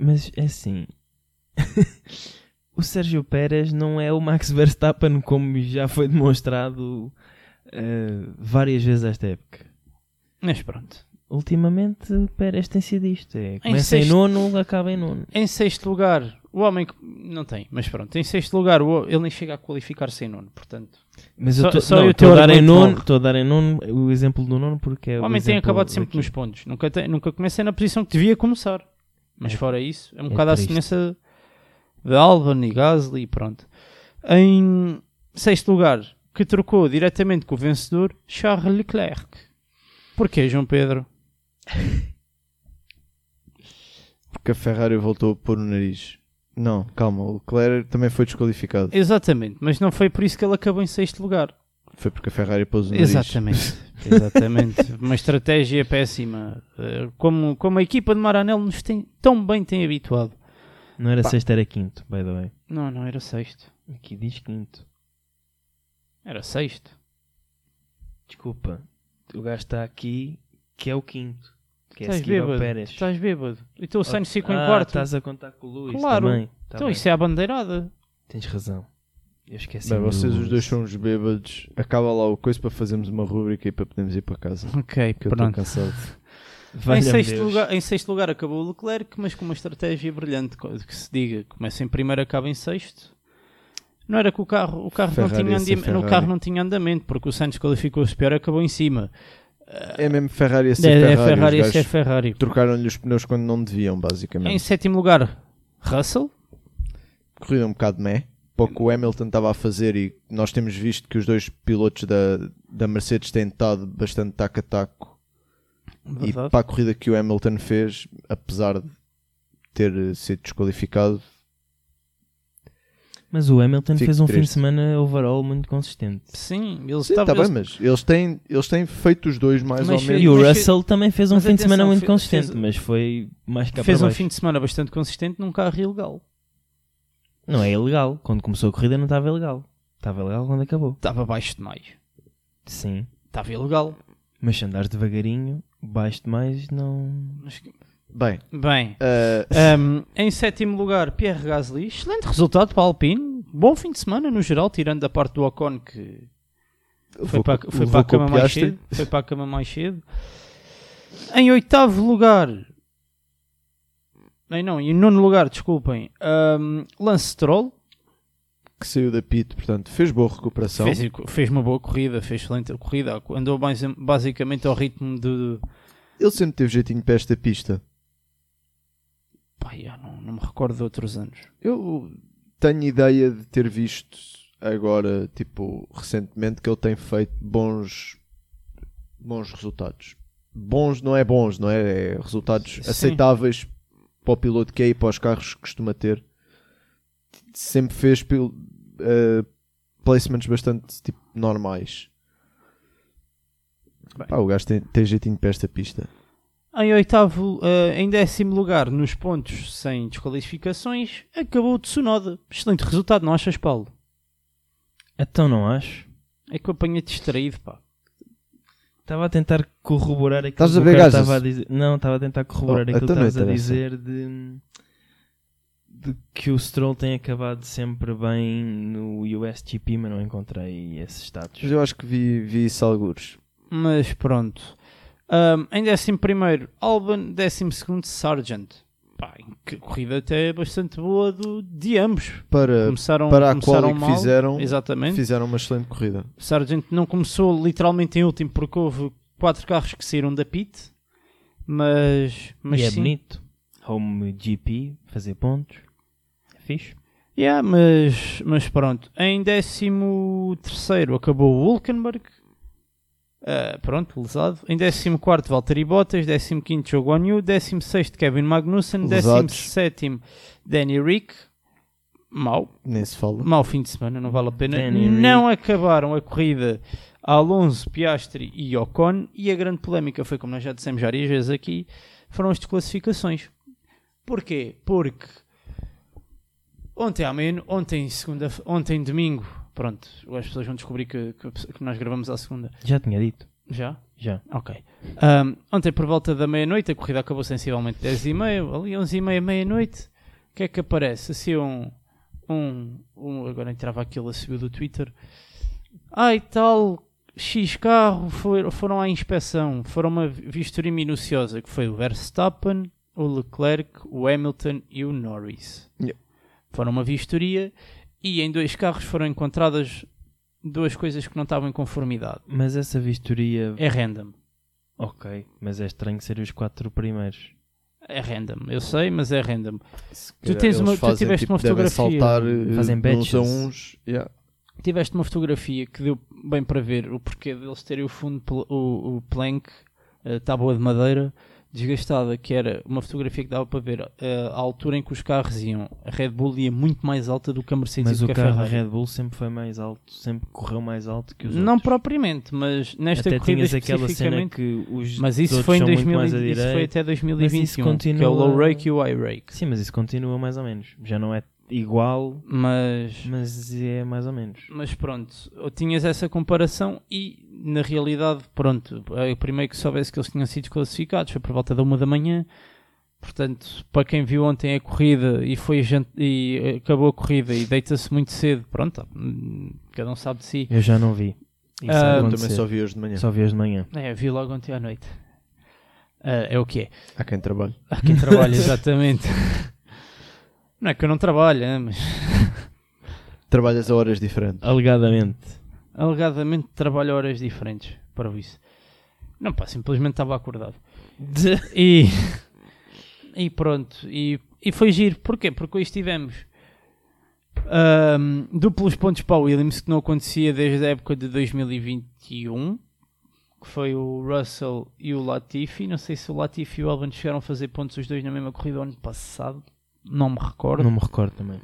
Mas é assim. <laughs> o Sérgio Pérez não é o Max Verstappen como já foi demonstrado eh, várias vezes esta época. Mas pronto. Ultimamente, o Pérez tem sido isto. É, começa em sexto- nono, acaba em nono. Em sexto lugar, o homem que- não tem, mas pronto, em sexto lugar, o- ele nem chega a qualificar sem nono, portanto. Mas Só- eu só eu estou teu a dar em argumento nono, morre. estou a dar em nono o exemplo do nono porque é O o homem tem exemplo acabado sempre daqui. nos pontos, nunca, tem, nunca começa na posição que devia começar. Mas É- fora isso, é um é bocado à triste. semelhança de Albon e Gasly e pronto. Em sexto lugar, que trocou diretamente com o vencedor, Charles Leclerc. Porquê, João Pedro? Porque a Ferrari voltou a pôr o nariz. Não, calma, o Leclerc também foi desqualificado. Exatamente, mas não foi por isso que ele acabou em sexto lugar. Foi porque a Ferrari pôs o nariz. Exatamente, <laughs> exatamente. Uma estratégia péssima. Eh, Como, como a equipa de Maranello nos tem, tão bem tem habituado. Não era Pá. sexto, era quinto, by the way. Não, não era sexto. Aqui diz quinto. Era sexto. Desculpa. O gajo está aqui, que é o quinto. Que é Estás seguir ao bêbado. Pérez. Estás bêbado. Então o Sainz ficou ah, em quarto. estás a contar com o Luís Claro. também. Tá então bem. isso é a bandeirada. Tens razão. Eu esqueci. Bem, vocês os dois são os bêbados. Acaba lá o coisa para fazermos uma rúbrica e para podermos ir para casa. Ok, Que eu estou pronto. cansado. Em sexto, lugar, em sexto lugar acabou o Leclerc, mas com uma estratégia brilhante. co- Que se diga, começa em primeiro, acaba em sexto. Não era que o carro, o carro, não Ferrari, tinha, essa andam- no Ferrari. carro não tinha andamento, porque o Sainz qualificou-se pior e acabou em cima. É mesmo Ferrari a ser É, é Ferrari. Ferrari, É os esse é gajos Ferrari. Trocaram-lhe os pneus quando não deviam, basicamente. Em sétimo lugar, Russell. Corrida um bocado meh. Pouco o Hamilton estava a fazer e nós temos visto que os dois pilotos da, da Mercedes têm estado bastante taco a taco. E Verdade. para a corrida que o Hamilton fez, apesar de ter eh, sido desqualificado, Mas o Hamilton Fico fez um fim de triste. semana overall muito consistente. Sim, eles Sim, estavam. está tá bem, mas eles têm, eles têm feito os dois mais Mas ou fez- menos. E o mas Russell também fez um mas fim de semana atenção, muito fe- consistente, fez- mas foi mais cá Fez para um baixo. fim de semana bastante consistente num carro ilegal. Não é ilegal. Quando começou a corrida não estava ilegal. Estava ilegal quando acabou. Estava baixo demais. Sim. Estava ilegal. Mas se andares devagarinho, baixo demais, não... Mas- Bem, Bem, ah, ahm, em sétimo lugar, Pierre Gasly. Excelente resultado para a Alpine. Bom fim de semana no geral, tirando da parte do Ocon que Foi vou- para, foi vou para a cama copiar mais este. cedo. Foi para a cama mais cedo. Em oitavo lugar. Em não, em nono lugar, desculpem. ahm, Lance Stroll. que saiu da pit, portanto, fez boa recuperação. Fez, fez uma boa corrida, fez excelente corrida. Andou mais- basicamente ao ritmo de. Ele sempre teve jeitinho para esta pista. Pá, já não, não me recordo de outros anos. Eu tenho ideia de ter visto agora, tipo, recentemente, que ele tem feito bons, bons resultados. Bons não é bons, não é? É resultados Sim. aceitáveis para o piloto que é e para os carros que costuma ter. Sempre fez pil- eh, placements bastante tipo, normais. Bem. Pá, o gajo tem, tem jeitinho para esta pista. Em oitavo, eh, em décimo lugar, nos pontos sem desqualificações, acabou o Tsunoda. Excelente resultado, não achas, Paulo? Então não acho. É que eu apanhei distraído, pá. Estava a tentar corroborar aquilo Estás que a o ver cara gases? estava a dizer. Não, estava a tentar corroborar Oh, aquilo que então não estavas a interessa. dizer de... de que o Stroll tem acabado sempre bem no USGP, mas não encontrei esses status. Mas eu acho que vi, vi isso algures. Mas pronto. Ahm, em 11, Alban. 12, Sargent. Pá, que corrida até é bastante boa do, de ambos. Para, Começaram, Eh, para a começaram quali que mal, fizeram, Exatamente. fizeram uma excelente corrida. Sargent não começou literalmente em último porque houve quatro carros que saíram da pit. Mas, mas e é sim. bonito. Home GP, fazer pontos. É fixe. Yeah, mas, mas pronto. Em 13 acabou o Hulkenberg. Ah, pronto, lesado. Em 14 Valtteri Bottas. 15 Jogo Anyu. 16 Kevin Magnussen. Lesados. 17 Danny Rick. Mau. Nem se fala. Mau fim de semana, não vale a pena. Danny não acabaram a corrida Alonso, Piastri e Ocon. E a grande polémica foi, como nós já dissemos várias vezes aqui, foram as desclassificações. Porquê? Porque ontem à menos, ontem segunda, ontem domingo, pronto, as pessoas vão descobrir que, que- que nós gravamos à segunda. Já tinha dito. Já? Já. Ok. Ahm, ontem por volta da meia-noite, a corrida acabou sensivelmente 10 e meia, ali 11 e meia, meia-noite, o que é que aparece? Assim um, um, um- agora entrava aquele a subir do Twitter, ai tal, X carro, foi- foram à inspeção, foram uma vistoria minuciosa, que foi o Verstappen, o Leclerc, o Hamilton e o Norris. Yeah. Foram uma vistoria e em dois carros foram encontradas duas coisas que não estavam em conformidade. Mas essa vistoria. É random. Ok, mas é estranho serem os quatro primeiros. É random, eu sei, mas é random. Se Tu calhar tens eles uma- tu fazem, tiveste tipo, uma devem fotografia. saltar, eh, Fazem uns a batches. uns. Yeah. Tiveste uma fotografia que deu bem para ver o porquê deles terem o fundo, pl- o, o plank, a tábua de madeira desgastada, que era uma fotografia que dava para ver eh, a altura em que os carros iam. A Red Bull ia muito mais alta do que a Mercedes mas e o do que a carro da é Ferrari. Red Bull sempre foi mais alto, sempre correu mais alto que os Não outros. propriamente, mas nesta Até corrida tinhas aquela cena especificamente. que os mas isso outros foi, em são muito 2000, mais à isso foi direita. até 2021, que é o continua- low rake e o high rake. Sim, mas isso continua mais ou menos. Já não é igual, Mas mas é mais ou menos. Mas pronto, ou tinhas essa comparação e na realidade, pronto, eh, primeiro que soubesse que eles tinham sido classificados foi por volta da uma da manhã. Portanto, para quem viu ontem a corrida e foi jan- e acabou a corrida e deita-se muito cedo, pronto, hum, cada um sabe de si. Eu já não vi. Isso Ah, a Eu acontecer. também só vi hoje de manhã. só vi hoje de manhã. É, vi logo ontem à noite. Ah, é o que é. Há quem trabalhe. Há quem trabalha, exatamente. Não é que eu não trabalho, né, mas Trabalhas a horas diferentes. Alegadamente. alegadamente trabalho horas diferentes para isso. Não, pá, simplesmente estava acordado. E, e pronto, e, e foi giro. Porquê? Porque hoje tivemos ahm, duplos pontos para o Williams, que não acontecia desde a época de 2021, que foi o Russell e o Latifi. Não sei se o Latifi e o Albon chegaram a fazer pontos os dois na mesma corrida o ano passado, não me recordo. Não me recordo também.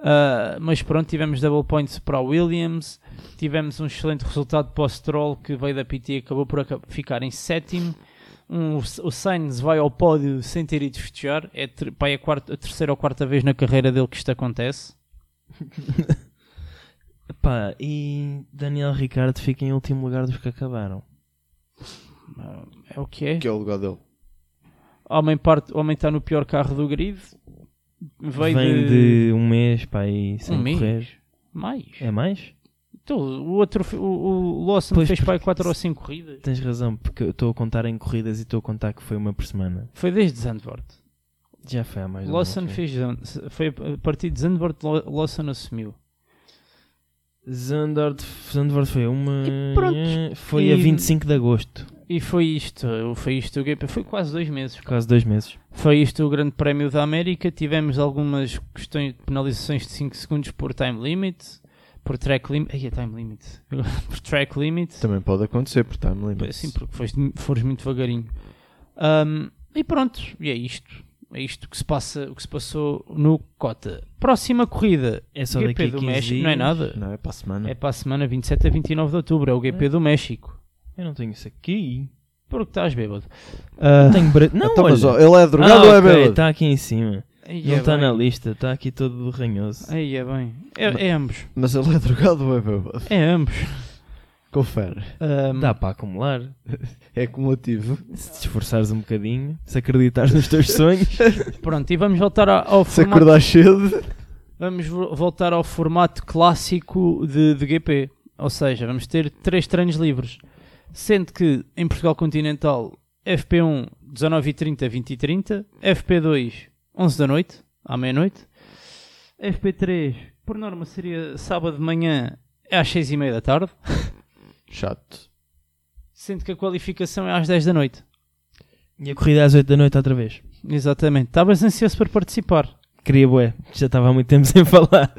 Uh, mas pronto, tivemos double points para o Williams, tivemos um excelente resultado para o Stroll que veio da PT e acabou por aca- ficar em sétimo. Um, o S- o Sainz vai ao pódio sem ter ido festejar, é ter, pá, é a, quarta- a terceira ou quarta vez na carreira dele que isto acontece. Pá, e Daniel Ricardo fica em último lugar dos que acabaram. É o que é. Que é o lugar dele. Homem parte- homem está no pior carro do grid, veio Vem de... de... um mês, pá, e sem Um mês? correr. mais. É mais? Então, o outro, fi- o, o Lawson Pois, fez porque- para aí 4 ou 5 corridas. Tens razão, porque eu estou a contar em corridas e estou a contar que foi uma por semana. Foi desde Zandvoort. Já foi há mais de um uma, Lawson foi. fez. Foi a partir de Zandvoort Law- Lawson assumiu. é. Zandvoort, Zandvoort foi uma. E pronto. Foi E- a 25 de agosto, E foi isto. Foi isto o GP. Foi quase dois meses. quase dois meses. Foi isto o Grande Prémio da América. Tivemos algumas questões de penalizações de 5 segundos por time limit. Por track limit. Ai, é time limit. <laughs> por track limit. Também pode acontecer, por time limit. Sim, porque foste- fores muito devagarinho. Ahm, e pronto, e é isto. É isto que se, passa, o que se passou no Cota. Próxima corrida. É só GP daqui a do 15 México, dias. não é nada. Não, é para a semana. É para a semana 27 a 29 de outubro, é o GP do México. Eu não tenho isso aqui. Porque estás bêbado. Não tenho bre... Não, Então, olha. mas ó, ele é drogado ou é bêbado? Está aqui em cima. Aí Não é está bem. na lista, está aqui todo ranhoso. Aí é bem. É, é ambos. Mas ele é drogado ou é bêbado? É ambos. Confere. Ahm, Dá para acumular. É cumulativo. Se te esforçares um bocadinho, se acreditares nos teus sonhos. pronto, e vamos voltar a- ao Se formato, acordar cedo. vamos vo- voltar ao formato clássico de, de GP. Ou seja, vamos ter três treinos livres. Sendo que em Portugal Continental, FP1 19h30, 20h30, FP2 11 da noite, à meia-noite, FP3 por norma seria sábado de manhã é às 6h30 da tarde. Chato. Sendo que a qualificação é às 10 da noite. E a corrida às 8 da noite outra vez. Exatamente. Estavas ansioso para participar. Queria bué, já estava há muito tempo <laughs> sem falar.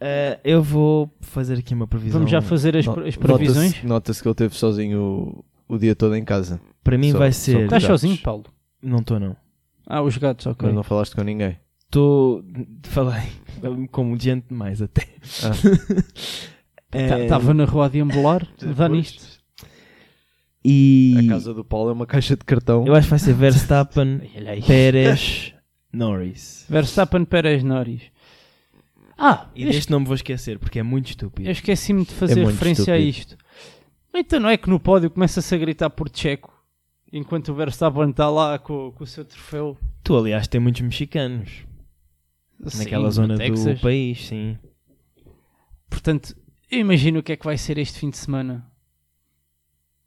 Eh, eu vou fazer aqui uma previsão. Vamos já fazer as, No- as previsões. Nota-se nota-se que ele esteve sozinho o, o dia todo em casa. Para mim Só- vai só ser. cuidado. Estás sozinho, Paulo? Não estou, não. Ah, os gatos, ok. Mas não falaste com ninguém. Estou. Falei. Como diante mais até. <laughs> Eh, Estava Tá, na rua a <laughs> deambular, dá nisto. E. A casa do Paulo é uma caixa de cartão. Eu acho que vai <laughs> ser Verstappen, Olha aí. Pérez, Norris. Verstappen Pérez Norris. Ah, E eu deste não me vou esquecer porque é muito estúpido. eu esqueci-me de fazer É muito referência a isto. estúpido. Então não é que no pódio começa-se a gritar por Checo, enquanto o Verstappen está lá com, com o seu troféu. Tu, aliás, tem muitos mexicanos naquela Sim, zona assim, no Texas. do país, sim. Portanto, eu imagino o que é que vai ser este fim de semana.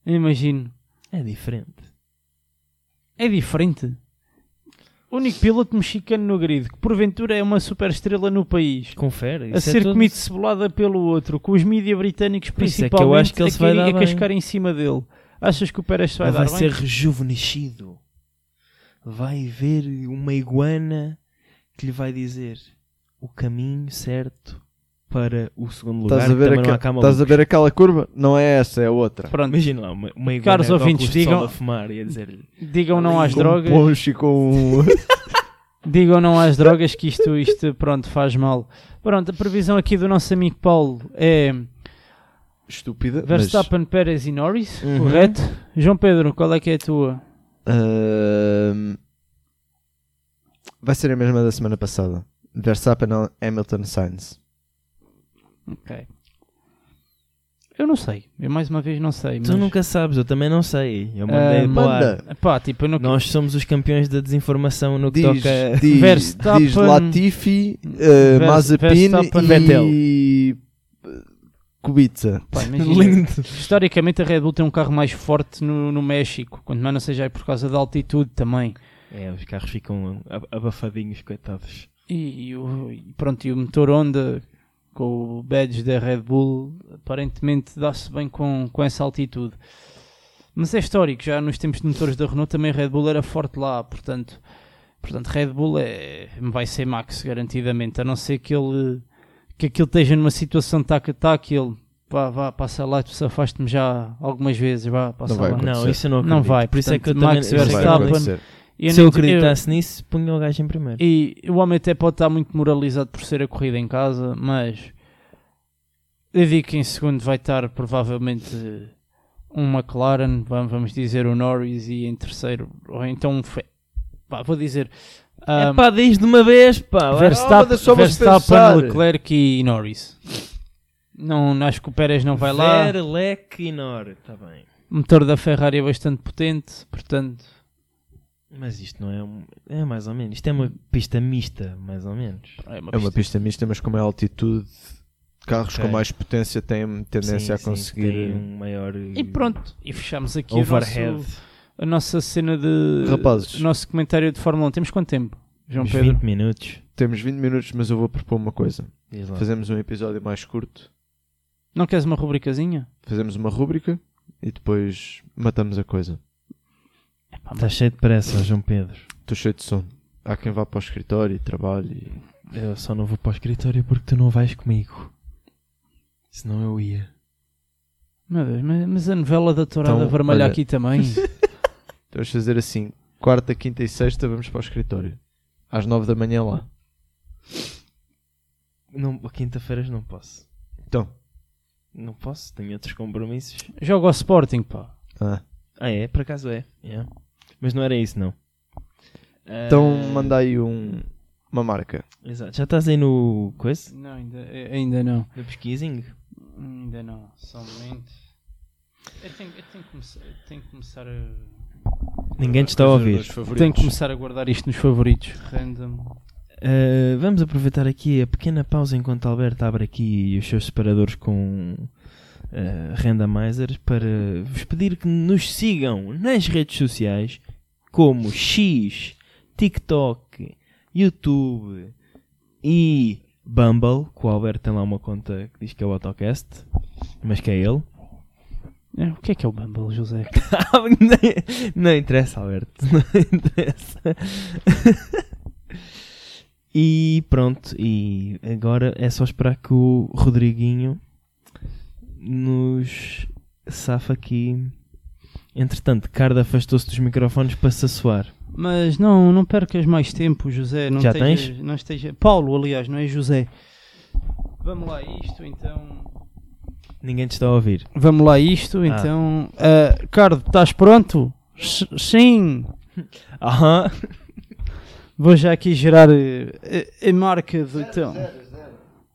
Eu imagino. É diferente. É diferente. O único piloto mexicano no grid, que porventura é uma super estrela no país, Confere. a isso é ser tudo- comido cebolada pelo outro, com os mídia britânicos Por isso é principalmente que eu acho que ele a se vai querer- dar a bem. cascar em cima dele. Achas que o Pérez se vai Ele dar vai bem? ser rejuvenescido. Vai ver uma iguana que lhe vai dizer o caminho certo para o segundo lugar. Estás a, que ver também não aqua- há cá estás a malucos. ver aquela curva? Não é essa, é a outra. Pronto, Imagina lá, uma, uma iguana Caros de óculos ouvintes, de sol digam- a fumar e a dizer-lhe digam não às com drogas, Um poncho e com <laughs> um... digam não às drogas que isto, isto pronto, faz mal. Pronto, a previsão aqui do nosso amigo Paulo é Estúpida. mas, Verstappen, Pérez e Norris, Uhum. correto? João Pedro, qual é que é a tua? ahm, vai ser a mesma da semana passada. Verstappen, Hamilton, Sainz. Ok. Eu não sei, eu mais uma vez não sei. Tu mas- nunca sabes, eu também não sei. Eu mandei Ah, para o ar. Manda. Pá, tipo, eu não... Nós somos os campeões da desinformação no que Diz, <laughs> toca. diz, Verstappen- diz Latifi, eh, Ver- Mazepin Verstappen- e eh, Kubica. Pá, imagina. <laughs> Lindo. Historicamente a Red Bull tem um carro mais forte no, no México, quanto mais não seja é por causa da altitude também. É, os carros ficam ab- abafadinhos, coitados. E, e o, e pronto, e o motor Honda com o badge da Red Bull aparentemente dá-se bem com, com essa altitude. Mas é histórico, já nos tempos de motores da Renault também a Red Bull era forte lá, portanto, portanto Red Bull é, vai ser Max garantidamente, a não ser que ele que aquilo esteja numa situação de tac a tac, ele vá, vá, passa lá, tu se afaste-me já algumas vezes, vá, passa Não vai lá. acontecer. Não, isso eu não Não acredito. vai, Por isso é portanto, que eu Max também... Vai Verstappen- acontecer. E eu Se eu nem- acreditasse nisso, punha o gajo em primeiro. E o homem até pode estar muito moralizado por ser a corrida em casa, mas eu digo que em segundo vai estar provavelmente um McLaren, vamos vamos dizer o Norris, e em terceiro, ou então um Fe- pá, vou dizer É ah, pá, diz de uma vez, pá. vai. Ah, Verstappen, mas é só vocês Verstappen pensar. Leclerc e Norris. Não, não acho que o Pérez não um, vai lá. Verlequinor, está tá bem. O motor da Ferrari é bastante potente, portanto, Mas isto não é um... É mais ou menos. Isto é uma pista mista, mais ou menos. é uma É pista. uma pista mista, mas como é altitude, carros Ok. com mais potência têm tendência a Sim, sim, conseguir. Tem um maior... E pronto, e fechamos aqui o Overhead. nosso, a nossa cena de. Rapazes. O nosso comentário de Fórmula 1. Temos quanto tempo, João Uns Pedro? 20 minutos. Temos 20 minutos, mas eu vou propor uma coisa. Diz lá. Fazemos um episódio mais curto, Não queres uma rubricazinha? fazemos uma rúbrica e depois matamos a coisa. Epá, mas Está Tá cheio de pressa, João Pedro. Estou cheio de sono. Há quem vá para o escritório e trabalhe. e- Eu só não vou para o escritório porque tu não vais comigo. Senão eu ia. Meu Deus, mas, mas a novela da Tourada Então, Vermelha olha. aqui <laughs> também. Então vamos fazer assim: quarta, quinta e sexta vamos para o escritório. Às 9 da manhã lá. Não, quinta-feiras não posso. Então. Não posso, tenho outros compromissos. Jogo ao Sporting, pá. Ah. Ah, é? Por acaso é. Yeah. Mas não era isso, não. Então Ah, manda aí um- uma marca. Exato. Já estás aí no coisa? Eh, Não, ainda, ainda não. No pesquising? Ainda não, só um momento. Eu tenho, eu tenho que começar, eu tenho que começar a. Ninguém te está a Coisa ouvir. dos favoritos. Tenho que começar a guardar isto nos favoritos. Random. Ah, vamos aproveitar aqui a pequena pausa enquanto Alberto abre aqui os seus separadores com ah, randomizers para vos pedir que nos sigam nas redes sociais como X, TikTok, YouTube e Bumble, que o Alberto tem lá uma conta que diz que é o Autocast, mas que é ele. É, o que é que é o Bumble, José? Nem- <laughs> não interessa, Alberto. <laughs> Não interessa. <laughs> e pronto. E agora é só esperar que o Rodriguinho nos safa aqui. Entretanto, Carda afastou-se dos microfones para se assoar. Mas não, não percas mais tempo, José. Não Já esteja, Não esteja... Paulo, aliás, não é José. Vamos lá, isto então. Ninguém te está a ouvir. Vamos lá, isto Ah. então. Ah, Cardo, estás pronto? S- sim! Aham. Vou já aqui gerar eh, a, a marca do, então,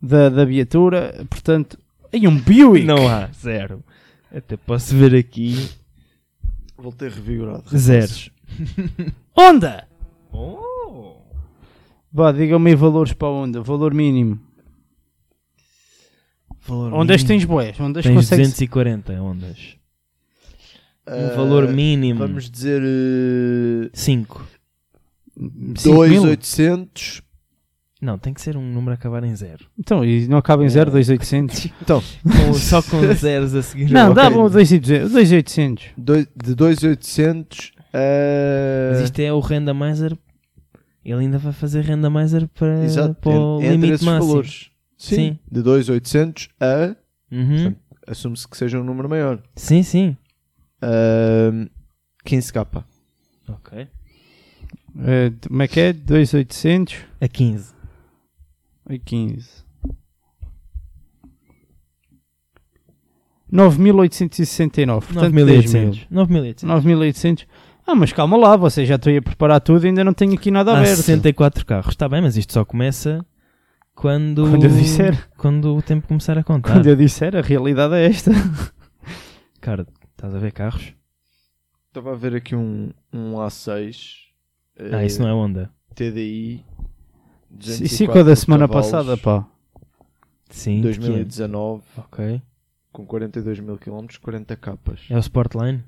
Da, da viatura. Portanto, aí um Buick! Não há. Zero. Até posso ver aqui. Voltei revigorado. Zeros. Honda! Oh. Vá, digam-me aí valores para a Honda, valor mínimo. Valor Ondas mínimo. tens boés, ondas Tens consegues. Eh, 240 ondas. Um Ah, valor mínimo. Vamos dizer. eh, 5. cinco mil? 2,800. Não, tem que ser um número a acabar <laughs> em zero. Então, e não acaba em 0, 2,800. Então, Com- só com zeros a seguir. Não, um Ok. dá bom 2,800. dois- de 2,800 a. Mas isto é o randomizer. Ele ainda vai fazer randomizer para, Exato, para o é- en- entre é um limite esses máximo. valores. Sim. Sim. De 2,800 a. Uhum. Assume-se que seja um número maior. Sim, sim. Ah, 15k. Ok. Eh, como é que é? 2,800 A 15. e 15. 9.869. Portanto, 10 meses. 9.800. 9.800. 9.800. Ah, mas calma lá, vocês já estão aí a preparar tudo e ainda não tenho aqui nada Há aberto. 64 carros. Está bem, mas isto só começa quando... Quando eu disser. Quando o tempo começar a contar. Quando eu disser, a realidade é esta. Cara, estás a ver carros? Estava a ver aqui um, um eh, A6. Eh, Ah, isso não é onda. TDI. Isso é o da semana passada, pá. Sim. de que é? 2019, Ok. com 42 mil km, 40 capas. É o Sportline?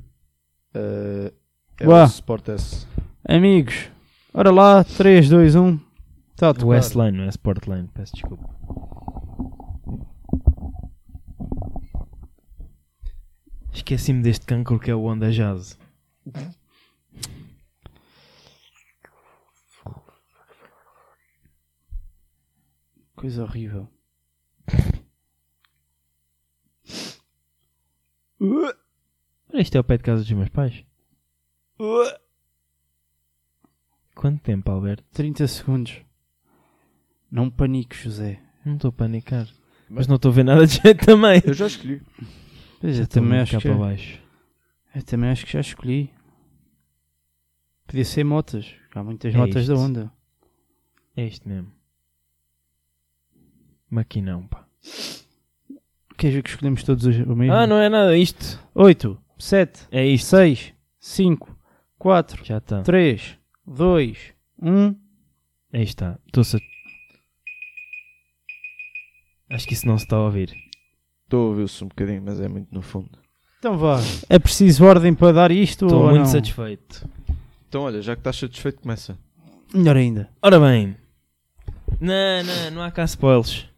Eh, é Uá. o Sport S. Amigos, ora lá, 3, 2, 1. Está Tá a tocar. Westline, não é Sportline. Peço desculpa. Esqueci-me deste cancro que é o Onda Jazz. Coisa horrível. Olha, Isto é o pé de casa dos meus pais. quanto tempo, Alberto? 30 segundos. Não panique, José. Não estou a panicar. Mas não estou a ver nada de jeito também. Eu já escolhi. Pois eu Estou também, muito acho cá que, para baixo. eu também acho que já escolhi. Podia ser motas. Há muitas É motas da isto. onda. É isto mesmo. Maquinão, pá. Queres ver que escolhemos todos os, o mesmo? Ah, não é nada isto. 8, 7, É isto. 6, 5, 4, Já está. 3, 2, 1. Aí está. Estou-se a... Acho que isso não se está a ouvir. Estou a ouvir-se um bocadinho, mas é muito no fundo. Então vá. É preciso ordem para dar isto Estou ou muito não? satisfeito. Então, olha, já que estás satisfeito, começa. Melhor ainda. Ora bem. Não, não, não há cá spoilers.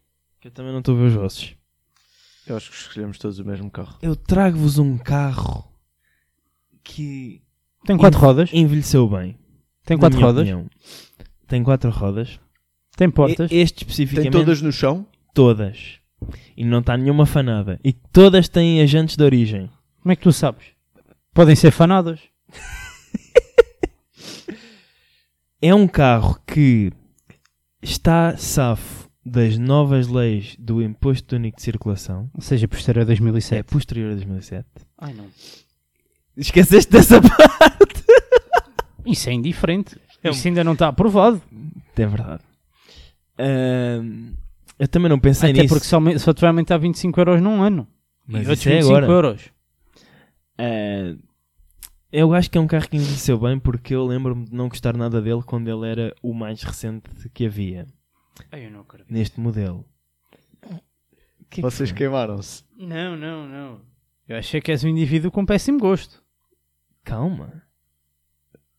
Que eu também não estou a ver os vossos. Eu acho que escolhemos todos o mesmo carro. Eu trago-vos um carro que Tem quatro rodas. envelheceu bem. Tem na quatro minha rodas. opinião. Tem quatro rodas. Tem portas. E- Este Tem especificamente. todas no chão? todas. E não está nenhuma fanada. E todas têm agentes de origem. Como é que tu sabes? Podem ser fanadas. É um carro que está safo das novas leis do Imposto Único de Circulação. Ou seja, posterior a É 2007. posterior a 2007. Ai não. Esqueceste dessa parte? Isso é indiferente. É um- Isso ainda não está aprovado. É verdade. Ahm, eu também não pensei Até nisso. porque só, me- só te vai aumentar 25 euros num ano. Mas e outros isso é agora. euros. Ah, eu acho que é um carro que envelheceu bem porque eu lembro-me de não gostar nada dele quando ele era o mais recente que havia Ai, eu não acredito. neste modelo. Que é que Vocês foi? queimaram-se. Não, não, não. Eu achei que és um indivíduo com péssimo gosto. Calma.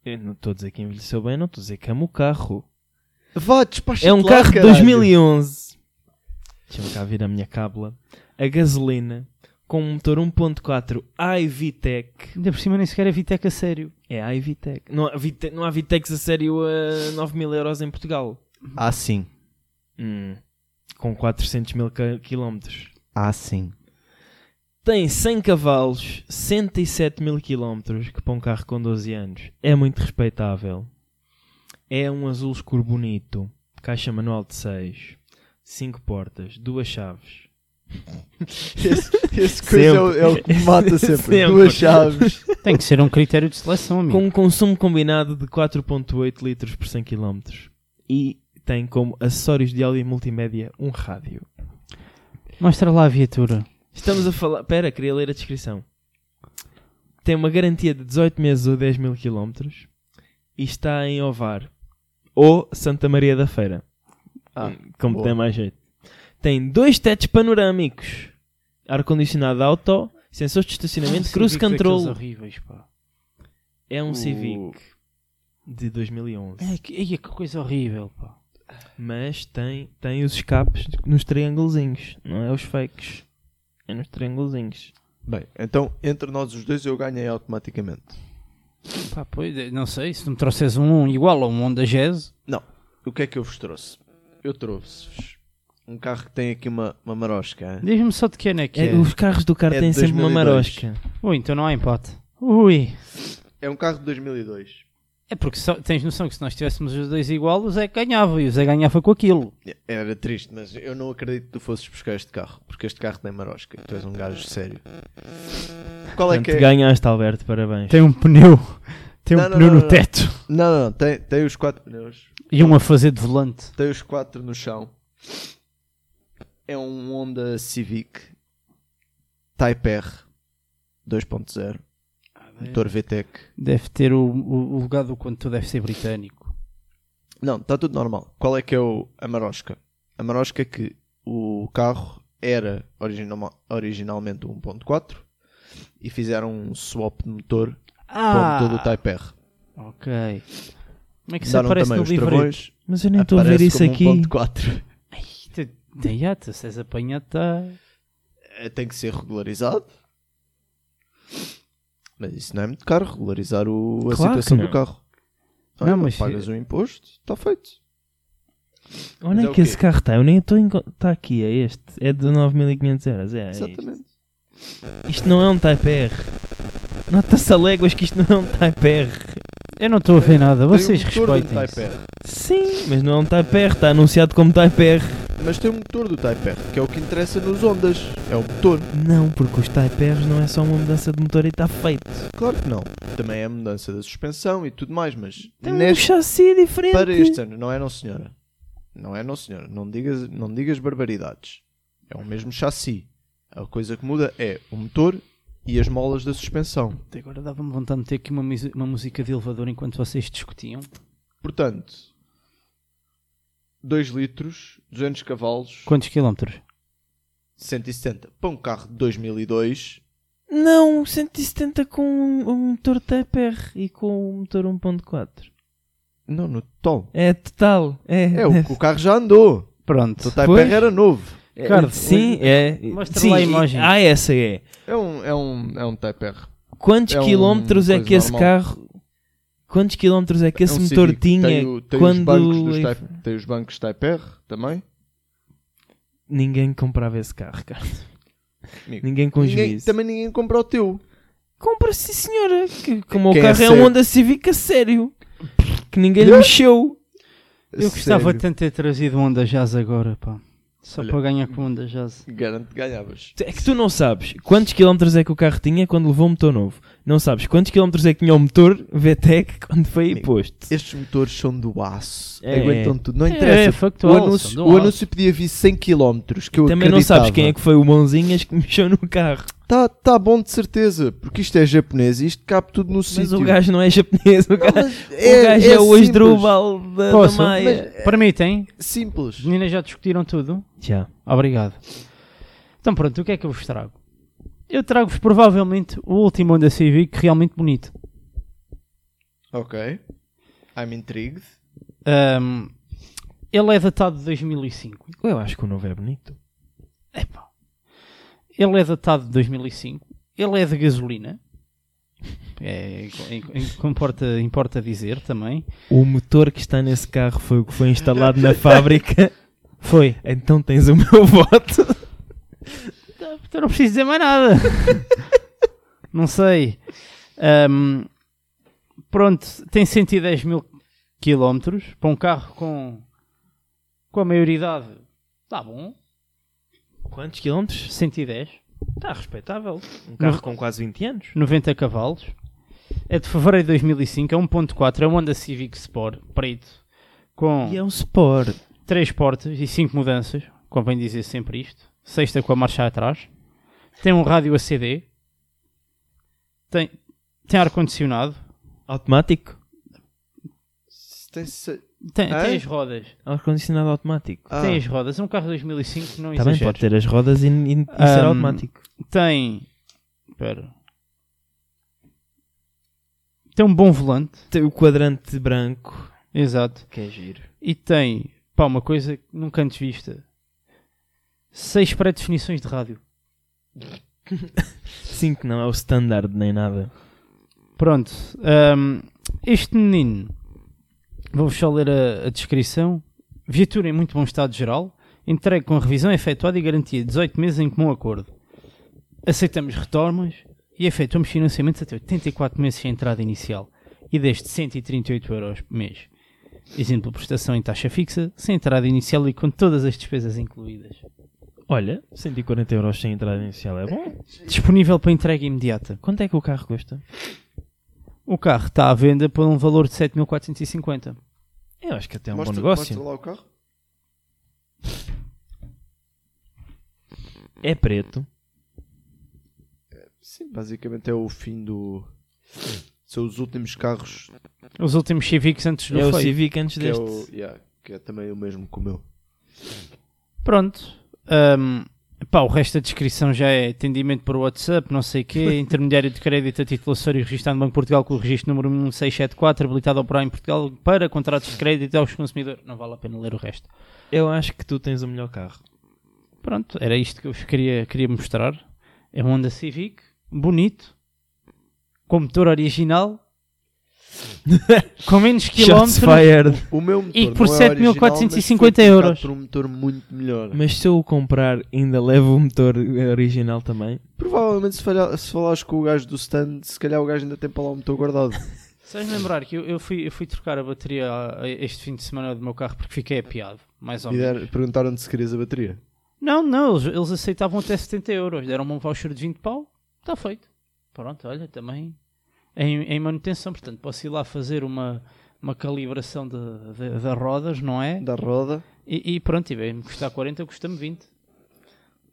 Eu não estou a dizer que envelheceu bem, não estou a dizer que amo o carro. Vá, despacha É um carro de 2011. Deixa-me cá vir a minha cábula. A gasolina com um motor 1.4 iVTEC. Ainda por cima nem sequer é Vitec a sério. É iVTEC. Não há, Vite- não há VTECs a sério a 9 mil euros em Portugal. Ah, sim. Hum, Com 400 mil ca- quilómetros. Ah, sim. Tem 100 cavalos, 107 mil quilómetros, que para um carro com 12 anos é muito respeitável. É um azul escuro bonito, caixa manual de 6, 5 portas, duas chaves. Esse, <laughs> esse coisa é o, é o que me mata sempre. Duas <laughs> chaves. <laughs> Tem que ser um critério de seleção, amigo. Com um consumo combinado de 4.8 litros por 100 quilómetros. E tem como acessórios de áudio e multimédia um rádio. Mostra lá a viatura. Estamos a falar. Pera, queria ler a descrição. Tem uma garantia de 18 meses ou 10 mil quilómetros e está em Ovar ou Santa Maria da Feira. Hum, Ah, como boa. tem mais jeito. Tem dois tetos panorâmicos, ar-condicionado auto, sensores de estacionamento, cruise control. Horríveis, pá. É um O- Civic de 2011, É, que, ai, que coisa horrível, pá. mas tem, tem os escapes nos triângulozinhos, não é os fakes, é nos triângulozinhos. Bem, então entre nós os dois eu ganhei automaticamente. Pá, pois, eh, não sei, se tu me trouxeres um igual a um Honda Jazz, Não. O que é que eu vos trouxe? Eu trouxe-vos um carro que tem aqui uma, uma marosca. hein? diz-me só de que ano é que é. É, Os carros do cara É têm de sempre uma 2002. marosca. Ui, então não há empate. Ui. É um carro de 2002. É porque só- tens noção que se nós tivéssemos os dois igual, o Zé ganhava e o Zé ganhava com aquilo. É, Era triste, mas eu não acredito que tu fosses buscar este carro, porque este carro tem marosca. Tu és um gajo sério. Qual é Portanto, que é? ganhaste, Alberto, parabéns. Tem um pneu, tem um Não, não, pneu não, no não. teto Não, não, não. Tem, tem os quatro pneus. e um a fazer de volante. Tem os quatro no chão. É um Honda Civic Type R 2.0. Ah, Motor VTEC. Deve ter o, o, o lugar do condutor deve ser britânico. Não, está tudo normal. Qual é que é o, a marosca? A marosca é que o carro era original, originalmente 1.4 e fizeram um swap de motor Ah, para o motor do Type R. ok. Como é que isso Daram aparece também no os livro? travões. Mas eu nem estou a ver aparece isso Ah, como aqui. 1.4. Deiata, se és apanhado, tá... Eh, Tem que ser regularizado. Mas isso não é muito caro, regularizar o, a Claro que situação não. do carro. Não, Olha, mas- Pagas o imposto, está feito. Onde Mas é é o que esse quê? carro está? Eu nem estou a encontrar. Está aqui, é este. É de 9.500 euros. É, é isto. Exatamente. Isto não é um Type R. Nota-se a léguas que isto não é um Type R. Eu não estou a ver nada, vocês tem um motor do respeitem. Type R. Sim, mas não é um Type R, está anunciado como Type R. Mas tem um motor do Type R, que é o que interessa nos ondas. É o motor. Não, porque os Type R's não é só uma mudança de motor e está feito. Claro que não. Também é a mudança da suspensão e tudo mais, mas Tem um neste, chassi diferente. para este ano, não é não senhora. Não é não senhora. Não digas, não digas barbaridades. É o mesmo chassi. A coisa que muda é o motor e as molas da suspensão. Até Agora dava-me vontade de meter aqui uma, musi- uma música de elevador enquanto vocês discutiam. Portanto, 2 litros, 200 cavalos, Quantos quilómetros? 170 para um carro de 2002. Não, 170 com um, um motor Type R e com um motor 1.4. Não, no total. É total. É, É, o, o carro já andou. Pronto. O Type Pois. R era novo. É, Ricardo, sim, é. mostra sim, lá a imagem. Ah, essa é. É um, é um, é um Type R. Quantos É um- quilómetros é coisa que esse normal. carro. Quantos quilómetros é que esse É um motor Civic. tinha tem, o- tem os quando. bancos dos type, tem os bancos Type R também. Ninguém comprava esse carro, cara. Amigo, Ninguém com ninguém- juízo. também ninguém compra o teu. Compra sim, senhora. Que, como Quem o é carro é, um sério? Honda Civic a sério. Que ninguém lhe mexeu. Eu gostava Sério, tanto de ter trazido onda jazz agora, pá. Só Olha. para ganhar com onda jazz. Garanto que ganhavas. É que tu não sabes quantos quilómetros é que o carro tinha quando levou o motor novo. Não sabes quantos quilómetros é que tinha o motor VTEC quando foi Amigo, posto. Estes motores são do aço. É. Aguentam tudo. Não É, interessa. factual, o são anúncio, do o ar. anúncio podia vir 100 km. Que eu Também não sabes quem é que foi o mãozinhas que <laughs> mexeu no carro. Tá, tá bom de certeza. Porque isto é japonês e isto cabe tudo no sítio. Mas o gajo não é japonês. O Não, gajo mas o gajo é, o simples. Asdrubal é da, da Posso? eh, Maia. Permitem? Os Simples. meninas já discutiram tudo? Já. Obrigado. Então pronto, o que é que eu vos trago? Eu trago-vos provavelmente o último Honda Civic realmente bonito. Ok. I'm intrigued. Ahm, ele é datado de 2005. Eu acho que o novo é bonito. Epá. Ele é datado de 2005. Ele é de gasolina. <laughs> É, em- em- comporta, importa dizer também. O motor que está nesse carro foi o que foi instalado <laughs> na fábrica. Foi. Então tens o meu <laughs> voto. Então não preciso dizer mais <laughs> nada. não sei. Ahm, pronto, tem 110 mil quilómetros para um carro com, com a maioridade. Está bom. Quantos quilómetros? 110, Está respeitável. Um carro com quase 20 anos. 90 cavalos. É de fevereiro de 2005, é 1.4, é um Honda Civic Sport preto com E é um Sport. três portas e cinco mudanças, convém dizer sempre isto. Sexta com a marcha atrás. Tem um rádio a CD. Tem, tem ar-condicionado. Automático. Se tem se- Tem, É? tem as rodas. um Ar-condicionado automático. Ah, Tem as rodas. Um carro de 2005 não Também exagero. pode ter as rodas e, e, e ser Ahm, automático. Tem... Espera. Tem um bom volante. Tem o quadrante branco. Exato. Que é giro. E tem, pá, uma coisa que nunca antes vista. Seis pré-definições de rádio. Sim, que não é o standard nem nada. Pronto. hum, este menino, vou-vos só ler a, a descrição. Viatura em muito bom estado geral, entregue com revisão efetuada e garantia de 18 meses em comum acordo. Aceitamos retornos e efetuamos financiamentos até 84 meses sem entrada inicial e desde 138 euros por mês. Exemplo, prestação em taxa fixa, sem entrada inicial e com todas as despesas incluídas. Olha, 140 euros sem entrada inicial é bom. Disponível para entrega imediata. Quanto é que o carro custa? O carro está à venda por um valor de 7.450. Eu acho que até é um mostra- bom negócio. Mostra lá o carro. É preto. Sim, basicamente é o fim do. São os últimos carros Os últimos Civics antes do é o feio. Civic antes que deste. é, o, yeah, que é também o mesmo que o meu. Pronto. Ahm, pá, o resto da descrição já é atendimento por WhatsApp, não sei o <laughs> quê, intermediário de crédito a título acessório registrado no Banco de Portugal com o registro número 1674, habilitado a operar em Portugal para contratos de crédito aos consumidores. Não vale a pena ler o resto. Eu acho que tu tens o melhor carro. Pronto, era isto que eu vos queria, queria mostrar. É um Honda Civic, bonito, com motor <laughs> original, com menos quilómetros. Shots fired. O meu motor E por não é 7.450 original, euros. mas foi trocado por um motor muito melhor. Mas se eu o comprar, ainda levo o motor original também. Provavelmente se, falha, se falares com o gajo do stand, se calhar o gajo ainda tem para lá o motor guardado. Sabes lembrar que eu, eu fui, eu fui trocar a bateria a- a este fim de semana do meu carro porque fiquei apiado, mais ou E menos. deram- perguntaram-te se querias a bateria. Não, não, eles, eles aceitavam até 70 euros, deram-me um voucher de 20 pau, está feito. Pronto, olha, também em, em manutenção, portanto, posso ir lá fazer uma, uma calibração de, de- de rodas, não é? Da roda. E, e pronto, e bem, me custar 40, custa-me 20.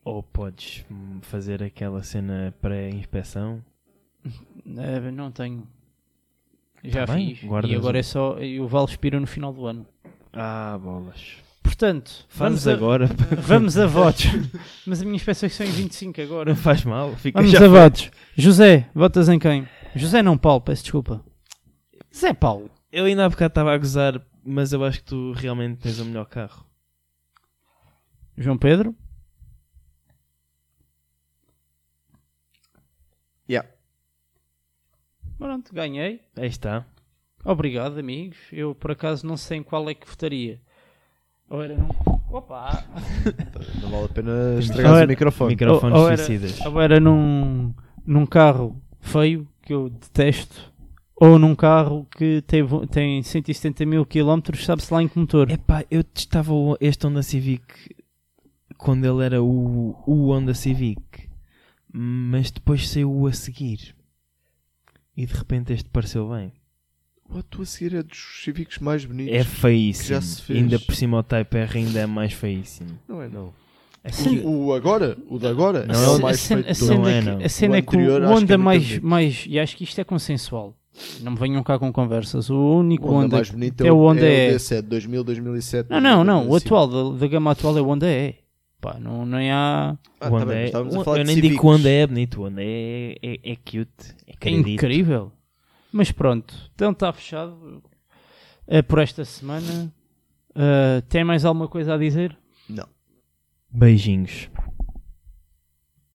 Ou podes hum, fazer aquela cena pré-inspeção. Eh, não tenho. Já Tá bem, fiz. guardas E agora um. é só. E o Val expira no final do ano. Ah, bolas. Portanto, Fazes vamos a, agora. vamos a votos. Mas a minha inspeção é só em 25 agora. <laughs> Não faz mal. Fica Vamos já a votos. José, votas em quem? José não, Paulo, peço desculpa. Zé Paulo. Eu ainda há bocado estava a gozar, mas eu acho que tu realmente tens o melhor carro. João Pedro? Yeah. Pronto, ganhei. Aí está. Obrigado, amigos. Eu, por acaso, não sei em qual é que votaria. Ou era num... Opa! Não vale a pena estragar é Ora, o microfone. Microfones Ou- ou era- suicidas. Ou era num, num carro feio, que eu detesto, ou num carro que tem, vo- tem 170 mil quilómetros, sabe-se lá em que motor. Epá, eu testava o- este Honda Civic quando ele era o, o Honda Civic, mas depois saiu o a seguir. E de repente este pareceu bem. O tu a seguir é dos cívicos mais bonitos. É feíssimo. que já se fez. Ainda por cima o Type R ainda é mais feíssimo. Não é não. Sim. O, o agora, o de agora, Não, é A o ce- mais a cena- feito a de cena Não é é, que- não. A cena O é que anterior o acho que Honda é muito mais, bonito. mais. E acho que isto é consensual. Não me venham cá com conversas. O único O Honda Honda. mais bonito é o Honda é, é- o D7, 2000, 2007. Não, não, não. O 2005. atual, da, da gama atual é o Honda E. Pá, não, não há. Ah, tá o Honda bem, mas é... estávamos a o- falar Eu de nem digo que o Cívicos. Honda é bonito, o Honda é, é, é cute. É É querido. incrível. Mas pronto. Então está fechado eh, por esta Ah, semana. Eh, tem mais alguma coisa a dizer? Não. Beijinhos.